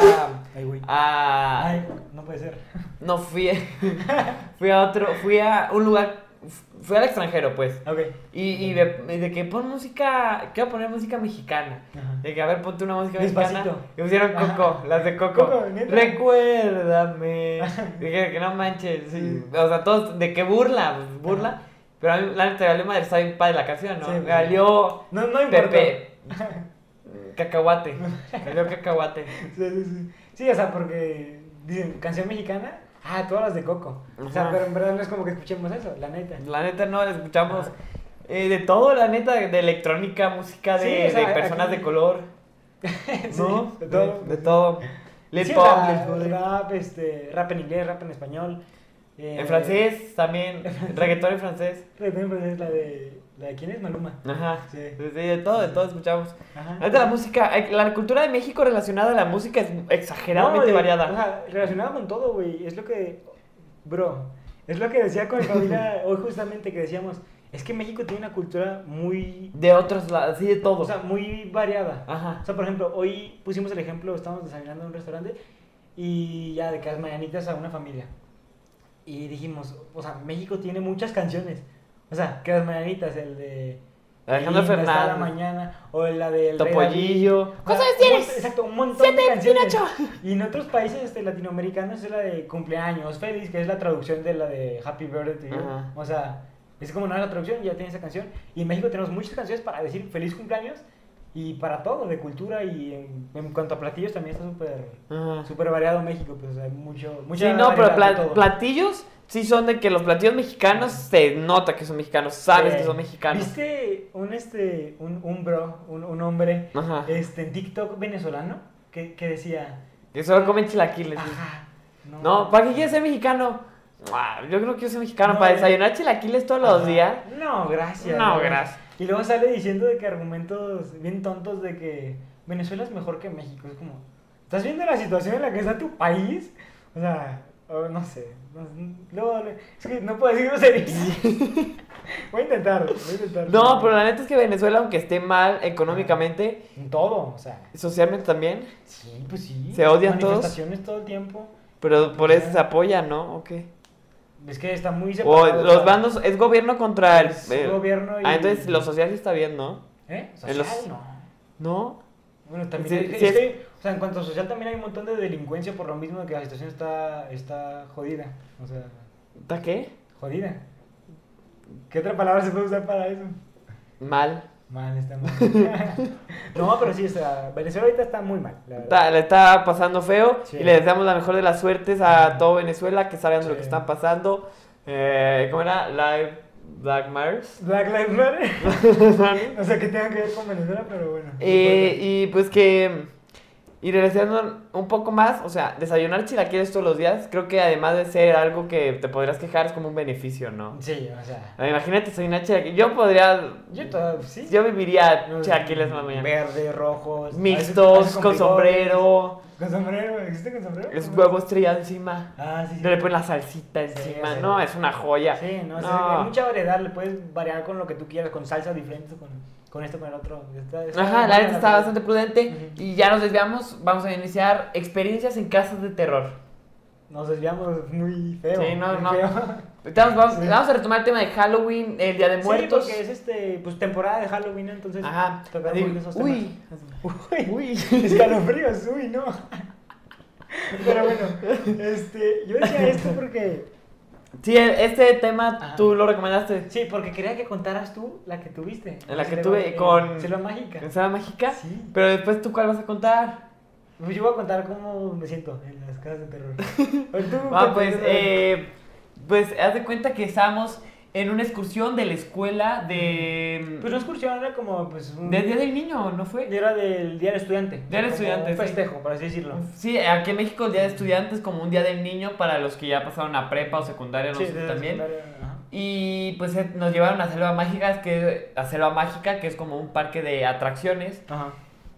[SPEAKER 2] Ay, güey.
[SPEAKER 1] Ah. a
[SPEAKER 2] Ay, no puede ser.
[SPEAKER 1] No fui... [laughs] fui a otro... Fui a un lugar... Fui al extranjero, pues.
[SPEAKER 2] Ok.
[SPEAKER 1] Y, y de, de que pon música... Quiero poner música mexicana.
[SPEAKER 2] Ajá.
[SPEAKER 1] De que, a ver, ponte una música
[SPEAKER 2] Despacito.
[SPEAKER 1] mexicana. Y pusieron
[SPEAKER 2] Ajá.
[SPEAKER 1] Coco, las de Coco.
[SPEAKER 2] Coco, neta. [laughs]
[SPEAKER 1] Recuérdame. Dije que no manches. sí. O sea, todos, de qué burla, pues, burla. Pero a mí, la neta, me valió madre, está bien padre la canción, ¿no?
[SPEAKER 2] Sí, pues,
[SPEAKER 1] Me
[SPEAKER 2] sí.
[SPEAKER 1] valió
[SPEAKER 2] No, no importa.
[SPEAKER 1] Pepe. [laughs] Cacahuate. Me valió cacahuate.
[SPEAKER 2] Sí, sí, sí. Sí, o sea, porque dicen canción mexicana. Ah, todas las de Coco. O sea,
[SPEAKER 1] Ajá.
[SPEAKER 2] pero en verdad no es como que escuchemos eso, la neta.
[SPEAKER 1] La neta, no, escuchamos
[SPEAKER 2] Ajá.
[SPEAKER 1] eh, de todo, la neta, de electrónica, música de,
[SPEAKER 2] Sí, o sea,
[SPEAKER 1] de personas
[SPEAKER 2] aquí-
[SPEAKER 1] de
[SPEAKER 2] [laughs]
[SPEAKER 1] color.
[SPEAKER 2] [laughs] Sí,
[SPEAKER 1] ¿No?
[SPEAKER 2] de todo.
[SPEAKER 1] De todo. Lil
[SPEAKER 2] Sí, o
[SPEAKER 1] Pump,
[SPEAKER 2] sea,
[SPEAKER 1] Lil Pump.
[SPEAKER 2] rap, este, rap en inglés, rap en español. eh,
[SPEAKER 1] En francés
[SPEAKER 2] [laughs]
[SPEAKER 1] también, reggaetón en francés.
[SPEAKER 2] Reggaetón en francés, la de. ¿La de quién es? Maluma.
[SPEAKER 1] Ajá.
[SPEAKER 2] Sí.
[SPEAKER 1] Sí. de todo, de todo escuchamos.
[SPEAKER 2] Ajá.
[SPEAKER 1] Ahorita la música, eh, la cultura de México relacionada a la música es
[SPEAKER 2] No,
[SPEAKER 1] exageradamente
[SPEAKER 2] de-
[SPEAKER 1] variada.
[SPEAKER 2] O sea, relacionado con todo, güey. Es lo que. Bro, es lo que decía con
[SPEAKER 1] [laughs]
[SPEAKER 2] mi familia hoy justamente que decíamos. Es que México tiene una cultura muy.
[SPEAKER 1] De otros lados, sí, de todo.
[SPEAKER 2] O sea, muy variada.
[SPEAKER 1] Ajá.
[SPEAKER 2] O sea, por ejemplo, hoy pusimos el ejemplo, estábamos desayunando en un restaurante y ya de que las mañanitas a una familia. Y dijimos, o sea, México tiene muchas canciones. O sea, que las mañanitas, el de...
[SPEAKER 1] Alejandro
[SPEAKER 2] Linda está
[SPEAKER 1] Fernández.
[SPEAKER 2] la mañana, o la del... Rey
[SPEAKER 1] Topollillo.
[SPEAKER 2] David.
[SPEAKER 3] ¿Cuántos
[SPEAKER 2] O sea, un
[SPEAKER 3] años tienes?
[SPEAKER 2] montón- Exacto, un montón
[SPEAKER 3] Siete,
[SPEAKER 2] de canciones.
[SPEAKER 3] dieciocho.
[SPEAKER 2] Y en otros países este, latinoamericanos es la de cumpleaños feliz, que es la traducción de la de Happy Birthday to You.
[SPEAKER 1] Ajá.
[SPEAKER 2] O sea, es como no es la traducción, ya tiene esa canción. Y en México tenemos muchas canciones para decir feliz cumpleaños y para todo, de cultura y en, en cuanto a platillos también está súper
[SPEAKER 1] Ajá.
[SPEAKER 2] súper variado México, pues hay mucho, mucha
[SPEAKER 1] Sí, no, pero
[SPEAKER 2] variedad de
[SPEAKER 1] pla-
[SPEAKER 2] todo.
[SPEAKER 1] platillos sí son de que los platillos mexicanos se nota que son mexicanos, sabes
[SPEAKER 2] Eh,
[SPEAKER 1] que son mexicanos.
[SPEAKER 2] ¿Viste un este un, un bro, un, un hombre
[SPEAKER 1] Ajá.
[SPEAKER 2] este en TikTok venezolano que, que decía,
[SPEAKER 1] Que solo comen chilaquiles. sí.
[SPEAKER 2] ajá, no,
[SPEAKER 1] No, ¿para qué quieres ser mexicano? Ah, Yo creo que yo soy mexicano
[SPEAKER 2] No,
[SPEAKER 1] para
[SPEAKER 2] eh.
[SPEAKER 1] desayunar chilaquiles todos los
[SPEAKER 2] Ajá.
[SPEAKER 1] días.
[SPEAKER 2] No, gracias.
[SPEAKER 1] No, gracias.
[SPEAKER 2] Y luego sale diciendo de que argumentos bien tontos de que Venezuela es mejor que México. Es como, ¿estás viendo la situación en la que está tu país? O sea, o no sé. no sé, luego, es que no puedo
[SPEAKER 1] [laughs]
[SPEAKER 2] decir groserías. voy a intentar, voy a intentar.
[SPEAKER 1] No, pero la neta es que Venezuela, aunque esté mal económicamente,
[SPEAKER 2] En todo, o sea.
[SPEAKER 1] socialmente también,
[SPEAKER 2] Sí, pues sí.
[SPEAKER 1] ¿Se odian todos?
[SPEAKER 2] Manifestaciones todo el tiempo.
[SPEAKER 1] pero por eso se apoya, ¿no? ¿O qué?
[SPEAKER 2] Es que está muy
[SPEAKER 1] O
[SPEAKER 2] separado. o sea,
[SPEAKER 1] los bandos, es gobierno contra el...
[SPEAKER 2] Es
[SPEAKER 1] eh,
[SPEAKER 2] gobierno y-
[SPEAKER 1] Ah, entonces lo social sí está bien, ¿no?
[SPEAKER 2] ¿Eh?
[SPEAKER 1] en
[SPEAKER 2] Social,
[SPEAKER 1] los-
[SPEAKER 2] no.
[SPEAKER 1] ¿No?
[SPEAKER 2] Bueno,
[SPEAKER 1] Sí,
[SPEAKER 2] también. es que-
[SPEAKER 1] sí,
[SPEAKER 2] es que, o sea, en cuanto a social también hay un montón de delincuencia por lo mismo de que la situación está, está jodida. O sea,
[SPEAKER 1] ¿Está qué?
[SPEAKER 2] jodida. ¿Qué otra palabra se puede usar para eso?
[SPEAKER 1] Mal.
[SPEAKER 2] Mal, está
[SPEAKER 1] [laughs]
[SPEAKER 2] mal. no, pero sí, o sea, Venezuela ahorita está muy mal, la verdad.
[SPEAKER 1] Está, le está pasando feo
[SPEAKER 2] Sí.
[SPEAKER 1] y le deseamos la mejor de las suertes a todo Venezuela que saben lo
[SPEAKER 2] Sí.
[SPEAKER 1] que están pasando. Eh, ¿Cómo era? Live Black Matters.
[SPEAKER 2] Black Lives
[SPEAKER 1] [laughs]
[SPEAKER 2] Matter. [laughs] o sea, que tenga que ver con Venezuela, pero bueno. no
[SPEAKER 1] Eh,
[SPEAKER 2] importa.
[SPEAKER 1] y pues que. Y regresando un poco más, o sea, desayunar chilaquiles todos los días, creo que además de ser algo que te podrías quejar, es como un beneficio, ¿no?
[SPEAKER 2] Sí, o sea.
[SPEAKER 1] Ah, Imagínate desayunar chilaquiles. Yo podría.
[SPEAKER 2] Yo todo, sí.
[SPEAKER 1] Yo viviría
[SPEAKER 2] No, pues,
[SPEAKER 1] chilaquiles más mañana.
[SPEAKER 2] Verde, rojos. a veces-
[SPEAKER 1] Mixtos,
[SPEAKER 2] a veces
[SPEAKER 1] con
[SPEAKER 2] frijoles.
[SPEAKER 1] sombrero,
[SPEAKER 2] Con sombrero, ¿existe con sombrero?
[SPEAKER 1] es huevo estrellado encima.
[SPEAKER 2] Ah, sí, sí.
[SPEAKER 1] Le ponen la salsita encima.
[SPEAKER 2] sí.
[SPEAKER 1] No, es una joya.
[SPEAKER 2] Sí, no, o sea,
[SPEAKER 1] No.
[SPEAKER 2] hay mucha variedad, le puedes variar con lo que tú quieras, con salsas diferentes, con, con esto, con el otro. Está- está
[SPEAKER 1] Ajá,
[SPEAKER 2] buena
[SPEAKER 1] la neta está
[SPEAKER 2] película.
[SPEAKER 1] bastante prudente.
[SPEAKER 2] Ujú.
[SPEAKER 1] Y ya nos desviamos. Vamos a iniciar experiencias en casas de terror.
[SPEAKER 2] Nos desviamos muy feo.
[SPEAKER 1] Sí, no,
[SPEAKER 2] muy
[SPEAKER 1] no. [laughs]
[SPEAKER 2] feo.
[SPEAKER 1] Ahorita nos vamos,
[SPEAKER 2] Sí.
[SPEAKER 1] vamos a retomar el tema de Halloween, el Día de Muertos.
[SPEAKER 2] Sí, porque es este, pues temporada de Halloween, entonces
[SPEAKER 1] Ajá.
[SPEAKER 2] tocar
[SPEAKER 1] Así,
[SPEAKER 2] un poquito esos
[SPEAKER 1] uy.
[SPEAKER 2] temas. Uy,
[SPEAKER 1] Uy.
[SPEAKER 2] [laughs] escalofríos, uy, no. Pero bueno, este, yo
[SPEAKER 1] [laughs]
[SPEAKER 2] decía esto porque
[SPEAKER 1] Sí, el- este tema
[SPEAKER 2] Ajá.
[SPEAKER 1] tú lo recomendaste.
[SPEAKER 2] sí, porque quería que contaras tú la que tuviste.
[SPEAKER 1] La que
[SPEAKER 2] Selva-
[SPEAKER 1] tuve
[SPEAKER 2] eh,
[SPEAKER 1] con-
[SPEAKER 2] Selva Mágica.
[SPEAKER 1] En Sala Mágica.
[SPEAKER 2] Sí.
[SPEAKER 1] Pero después tú cuál vas a contar.
[SPEAKER 2] Pues yo voy a contar cómo me siento en las casas
[SPEAKER 1] [laughs]
[SPEAKER 2] de terror.
[SPEAKER 1] Ah, pues, eh, pues, haz de cuenta que estamos en una excursión de la escuela de...
[SPEAKER 2] Pues no excursión, era como pues un...
[SPEAKER 1] Del Día del Niño, ¿no fue?
[SPEAKER 2] Era del Día del Estudiante.
[SPEAKER 1] Día del
[SPEAKER 2] Como
[SPEAKER 1] Estudiante,
[SPEAKER 2] Un
[SPEAKER 1] sí.
[SPEAKER 2] festejo, por así decirlo.
[SPEAKER 1] Sí, aquí en México el Día de Estudiantes como un Día del Niño para los que ya pasaron a prepa o secundaria, no
[SPEAKER 2] Sí,
[SPEAKER 1] sé,
[SPEAKER 2] de la
[SPEAKER 1] también.
[SPEAKER 2] secundaria, ajá.
[SPEAKER 1] Y pues eh, nos llevaron a Selva Mágica, que, a Selva Mágica, que es como un parque de atracciones.
[SPEAKER 2] Ajá.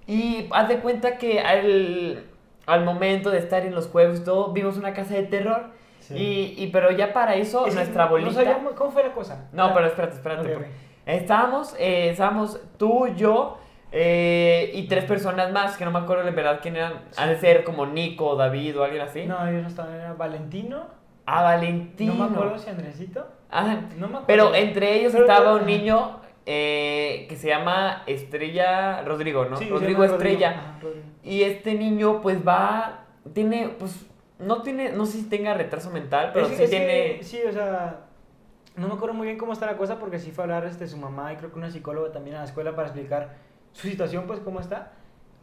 [SPEAKER 1] Y haz de cuenta que al, al momento de estar en los juegos y todo, vimos una casa de terror.
[SPEAKER 2] Sí.
[SPEAKER 1] Y, y- pero ya para eso,
[SPEAKER 2] Es que
[SPEAKER 1] nuestra
[SPEAKER 2] no-
[SPEAKER 1] bolita...
[SPEAKER 2] No sabía cómo, cómo fue la cosa.
[SPEAKER 1] No,
[SPEAKER 2] O sea,
[SPEAKER 1] pero espérate, espérate.
[SPEAKER 2] ok,
[SPEAKER 1] porque
[SPEAKER 2] ok.
[SPEAKER 1] Estábamos, eh, estábamos tú, yo eh, y tres personas más, que no me acuerdo de verdad quién eran. Han de ser como Nico, David o alguien así.
[SPEAKER 2] No, yo no estaba, era Valentino.
[SPEAKER 1] A Valentino.
[SPEAKER 2] No me acuerdo si Andresito.
[SPEAKER 1] Ajá.
[SPEAKER 2] No me acuerdo.
[SPEAKER 1] Pero entre ellos
[SPEAKER 2] Pero-
[SPEAKER 1] estaba
[SPEAKER 2] ajá.
[SPEAKER 1] un niño eh, que se llama Estrella Rodrigo, ¿no?
[SPEAKER 2] Sí, se
[SPEAKER 1] Rodrigo
[SPEAKER 2] llama
[SPEAKER 1] Estrella.
[SPEAKER 2] Ajá, Rodrigo.
[SPEAKER 1] Y este niño pues va, tiene, pues, no tiene, no sé si tenga retraso mental, pero
[SPEAKER 2] Es-
[SPEAKER 1] sí
[SPEAKER 2] es que-
[SPEAKER 1] tiene...
[SPEAKER 2] sí, o sea, no me acuerdo muy bien cómo está la cosa porque sí fue a hablar este, su mamá y creo que una psicóloga también a la escuela para explicar su situación, pues cómo está.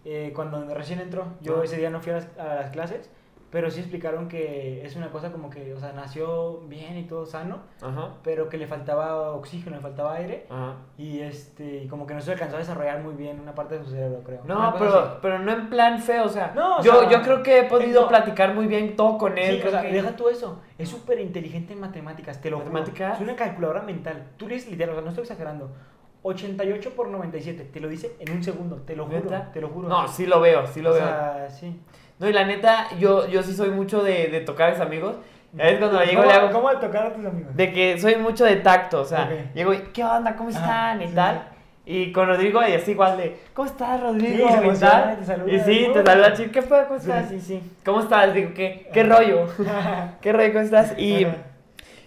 [SPEAKER 2] Eh, cuando recién entró, yo
[SPEAKER 1] Ah.
[SPEAKER 2] ese día no fui a las, a las clases, pero sí explicaron que es una cosa como que, o sea, nació bien y todo sano,
[SPEAKER 1] Ajá,
[SPEAKER 2] pero que le faltaba oxígeno, le faltaba aire
[SPEAKER 1] ajá.
[SPEAKER 2] y este, y como que no se alcanzó a desarrollar muy bien una parte de su cerebro, creo. Una
[SPEAKER 1] No,
[SPEAKER 2] cosa
[SPEAKER 1] pero,
[SPEAKER 2] así.
[SPEAKER 1] pero no en plan feo, o sea,
[SPEAKER 2] No, o
[SPEAKER 1] yo,
[SPEAKER 2] sea,
[SPEAKER 1] yo creo que he podido
[SPEAKER 2] no.
[SPEAKER 1] platicar muy bien todo con él.
[SPEAKER 2] Sí, o
[SPEAKER 1] creo
[SPEAKER 2] sea,
[SPEAKER 1] que-
[SPEAKER 2] deja tú eso. Es súper inteligente en matemáticas, te lo juro.
[SPEAKER 1] ¿Matemáticas?
[SPEAKER 2] Es una calculadora mental. Tú lees literal, o sea, no estoy exagerando. 88 por 97, te lo dice en un segundo, te lo juro,
[SPEAKER 1] ¿Neta?
[SPEAKER 2] te lo juro.
[SPEAKER 1] No, sí lo veo, sí lo
[SPEAKER 2] o
[SPEAKER 1] veo.
[SPEAKER 2] sea, sí.
[SPEAKER 1] no, y la neta, yo, yo sí soy mucho de, de tocar a mis amigos. Es cuando llego
[SPEAKER 2] ¿Cómo,
[SPEAKER 1] le hago...
[SPEAKER 2] ¿Cómo tocar a tus amigos?
[SPEAKER 1] De que soy mucho de tacto, o sea,
[SPEAKER 2] Ok.
[SPEAKER 1] llego y, ¿qué onda? ¿Cómo
[SPEAKER 2] Ajá,
[SPEAKER 1] están? y
[SPEAKER 2] sí,
[SPEAKER 1] tal. Y con Rodrigo, y así igual de, ¿cómo estás, Rodrigo?
[SPEAKER 2] Sí, se
[SPEAKER 1] y
[SPEAKER 2] emociona
[SPEAKER 1] tal.
[SPEAKER 2] y te saluda,
[SPEAKER 1] Y sí,
[SPEAKER 2] ¿no?
[SPEAKER 1] te saluda, chico, ¿qué fue? ¿Cómo
[SPEAKER 2] Sí.
[SPEAKER 1] estás? Sí, sí. ¿Cómo estás? Digo, ¿qué, qué rollo? [laughs] ¿Qué rollo? ¿Cómo estás? [laughs]
[SPEAKER 2] [laughs]
[SPEAKER 1] Y,
[SPEAKER 2] Ajá.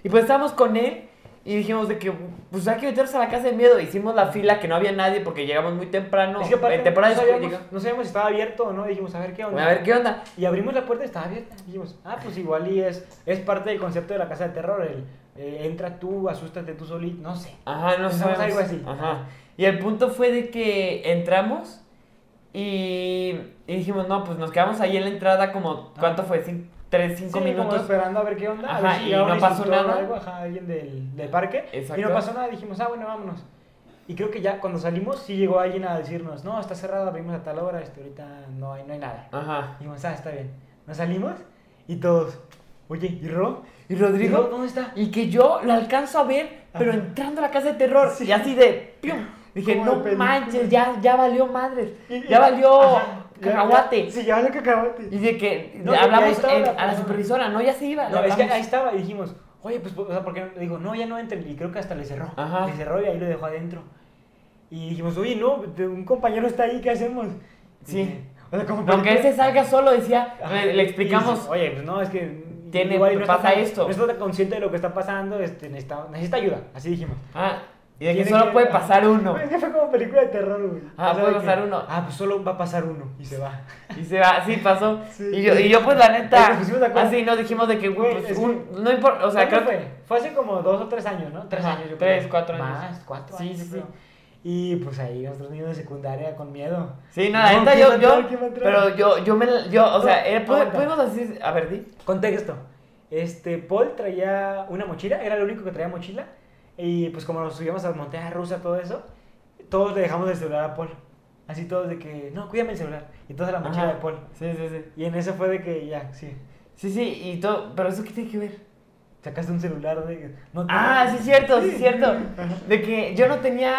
[SPEAKER 1] y pues estábamos con él y dijimos de que, pues hay que meterse a la casa de miedo. Hicimos la fila que no había nadie porque llegamos muy temprano.
[SPEAKER 2] es que aparte
[SPEAKER 1] en temporada
[SPEAKER 2] no
[SPEAKER 1] de escuela
[SPEAKER 2] sabíamos, no sabíamos si estaba abierto o no, dijimos, a ver qué
[SPEAKER 1] llegamos,
[SPEAKER 2] onda.
[SPEAKER 1] A ver, ¿qué onda?
[SPEAKER 2] Y abrimos la puerta y estaba abierta. Dijimos, ah, pues igual y es, es parte del concepto de la casa de terror, el eh, entra tú, asústate tú solito, no sé.
[SPEAKER 1] Ajá, no
[SPEAKER 2] Pensamos
[SPEAKER 1] sabemos.
[SPEAKER 2] algo así.
[SPEAKER 1] Ajá. Y el punto fue de que entramos y, y dijimos, no, pues nos quedamos ahí en la entrada como, ¿cuánto fue? Cin- ¿Tres, cinco
[SPEAKER 2] Sí, como
[SPEAKER 1] minutos?
[SPEAKER 2] esperando a ver qué onda. a
[SPEAKER 1] Ajá,
[SPEAKER 2] ver si
[SPEAKER 1] y
[SPEAKER 2] llegaba un
[SPEAKER 1] no pasó
[SPEAKER 2] instructor o
[SPEAKER 1] nada.
[SPEAKER 2] algo, ajá, alguien del, del parque.
[SPEAKER 1] Exacto.
[SPEAKER 2] Y no pasó nada, dijimos, ah, bueno, vámonos. Y creo que ya cuando salimos, sí llegó alguien a decirnos, no, está cerrado, abrimos a tal hora, este, ahorita no hay, no hay nada.
[SPEAKER 1] Ajá.
[SPEAKER 2] Dijimos, ah, está bien. Nos salimos y todos, oye, ¿y Ro?
[SPEAKER 1] Y
[SPEAKER 2] ¿Y Ro
[SPEAKER 1] Rodrigo,
[SPEAKER 2] ¿Dónde está?
[SPEAKER 1] y que yo lo alcanzo a ver, pero
[SPEAKER 2] Ajá.
[SPEAKER 1] entrando a la casa de terror, y así de, ¡pium! Dije,
[SPEAKER 2] Como de
[SPEAKER 1] no
[SPEAKER 2] película".
[SPEAKER 1] manches, ya, ya valió madres,
[SPEAKER 2] Y- y-
[SPEAKER 1] ya valió
[SPEAKER 2] ajá, ya-
[SPEAKER 1] cacahuate.
[SPEAKER 2] ya- Sí, ya valió cacahuate.
[SPEAKER 1] Y de que
[SPEAKER 2] No,
[SPEAKER 1] le
[SPEAKER 2] y ahí
[SPEAKER 1] hablamos
[SPEAKER 2] estaba
[SPEAKER 1] en-
[SPEAKER 2] la
[SPEAKER 1] a la
[SPEAKER 2] persona.
[SPEAKER 1] supervisora, no, ya se iba. le
[SPEAKER 2] No, es que
[SPEAKER 1] hablamos.
[SPEAKER 2] ahí estaba y dijimos, oye, pues, o sea, ¿por qué no? Le Digo, no, ya no entren. Y creo que hasta le cerró.
[SPEAKER 1] Ajá.
[SPEAKER 2] Le cerró y ahí lo dejó adentro. Y dijimos, oye, no, te- un compañero está ahí, ¿qué hacemos?
[SPEAKER 1] Sí.
[SPEAKER 2] Y- O sea, como
[SPEAKER 1] No, que él se salga solo, decía,
[SPEAKER 2] Ajá.
[SPEAKER 1] le, le
[SPEAKER 2] Y
[SPEAKER 1] explicamos.
[SPEAKER 2] dices, oye, pues no, es que.
[SPEAKER 1] Tiene-
[SPEAKER 2] igual y
[SPEAKER 1] pasa
[SPEAKER 2] tan-
[SPEAKER 1] esto.
[SPEAKER 2] No está tan consciente de lo que está pasando, este, necesita, necesita ayuda. Así dijimos.
[SPEAKER 1] Ah, y de que
[SPEAKER 2] Tiene
[SPEAKER 1] solo
[SPEAKER 2] que-
[SPEAKER 1] puede pasar
[SPEAKER 2] [laughs]
[SPEAKER 1] uno.
[SPEAKER 2] Es que fue como película de terror, güey.
[SPEAKER 1] Ah,
[SPEAKER 2] O sea,
[SPEAKER 1] puede
[SPEAKER 2] de que,
[SPEAKER 1] pasar uno.
[SPEAKER 2] Ah, pues solo va a pasar uno y se va.
[SPEAKER 1] Y se va, sí, pasó.
[SPEAKER 2] Sí.
[SPEAKER 1] y, yo, y yo, pues, la
[SPEAKER 2] Ay,
[SPEAKER 1] neta,
[SPEAKER 2] nos pusimos de acuerdo.
[SPEAKER 1] así nos dijimos de que, güey,
[SPEAKER 2] Güey,
[SPEAKER 1] pues,
[SPEAKER 2] es
[SPEAKER 1] un-
[SPEAKER 2] que-
[SPEAKER 1] no importa, o sea,
[SPEAKER 2] ¿Cuándo
[SPEAKER 1] creo
[SPEAKER 2] fue? Fue hace como dos o tres años, ¿no? Tres
[SPEAKER 1] Ajá,
[SPEAKER 2] años, yo
[SPEAKER 1] tres,
[SPEAKER 2] creo.
[SPEAKER 1] cuatro años.
[SPEAKER 2] Más, cuatro
[SPEAKER 1] Sí,
[SPEAKER 2] años, yo
[SPEAKER 1] sí,
[SPEAKER 2] creo.
[SPEAKER 1] sí.
[SPEAKER 2] Y pues ahí nosotros niños de secundaria con miedo.
[SPEAKER 1] Sí, no, la neta,
[SPEAKER 2] ¿quién va
[SPEAKER 1] yo,
[SPEAKER 2] a entrar?
[SPEAKER 1] yo,
[SPEAKER 2] ¿Quién va a entrar?
[SPEAKER 1] pero yo, yo me, la- yo, o
[SPEAKER 2] No,
[SPEAKER 1] sea, eh, pude-
[SPEAKER 2] aguanta.
[SPEAKER 1] pudimos así, a ver, di.
[SPEAKER 2] Contexto. Este, Paul traía una mochila, era el único que traía mochila. Y pues como nos subíamos a las montañas rusas, todo eso, todos le dejamos el celular a Paul. Así todos de que, no, cuídame el celular. Y todos la mochila
[SPEAKER 1] Ajá.
[SPEAKER 2] de Paul.
[SPEAKER 1] Sí, sí, sí.
[SPEAKER 2] Y en eso fue de que ya, sí,
[SPEAKER 1] Sí, sí, y todo, pero eso qué tiene que ver.
[SPEAKER 2] sacaste un celular de... No,
[SPEAKER 1] Ah, sí, es cierto, sí, es cierto.
[SPEAKER 2] Ajá.
[SPEAKER 1] De que yo no tenía,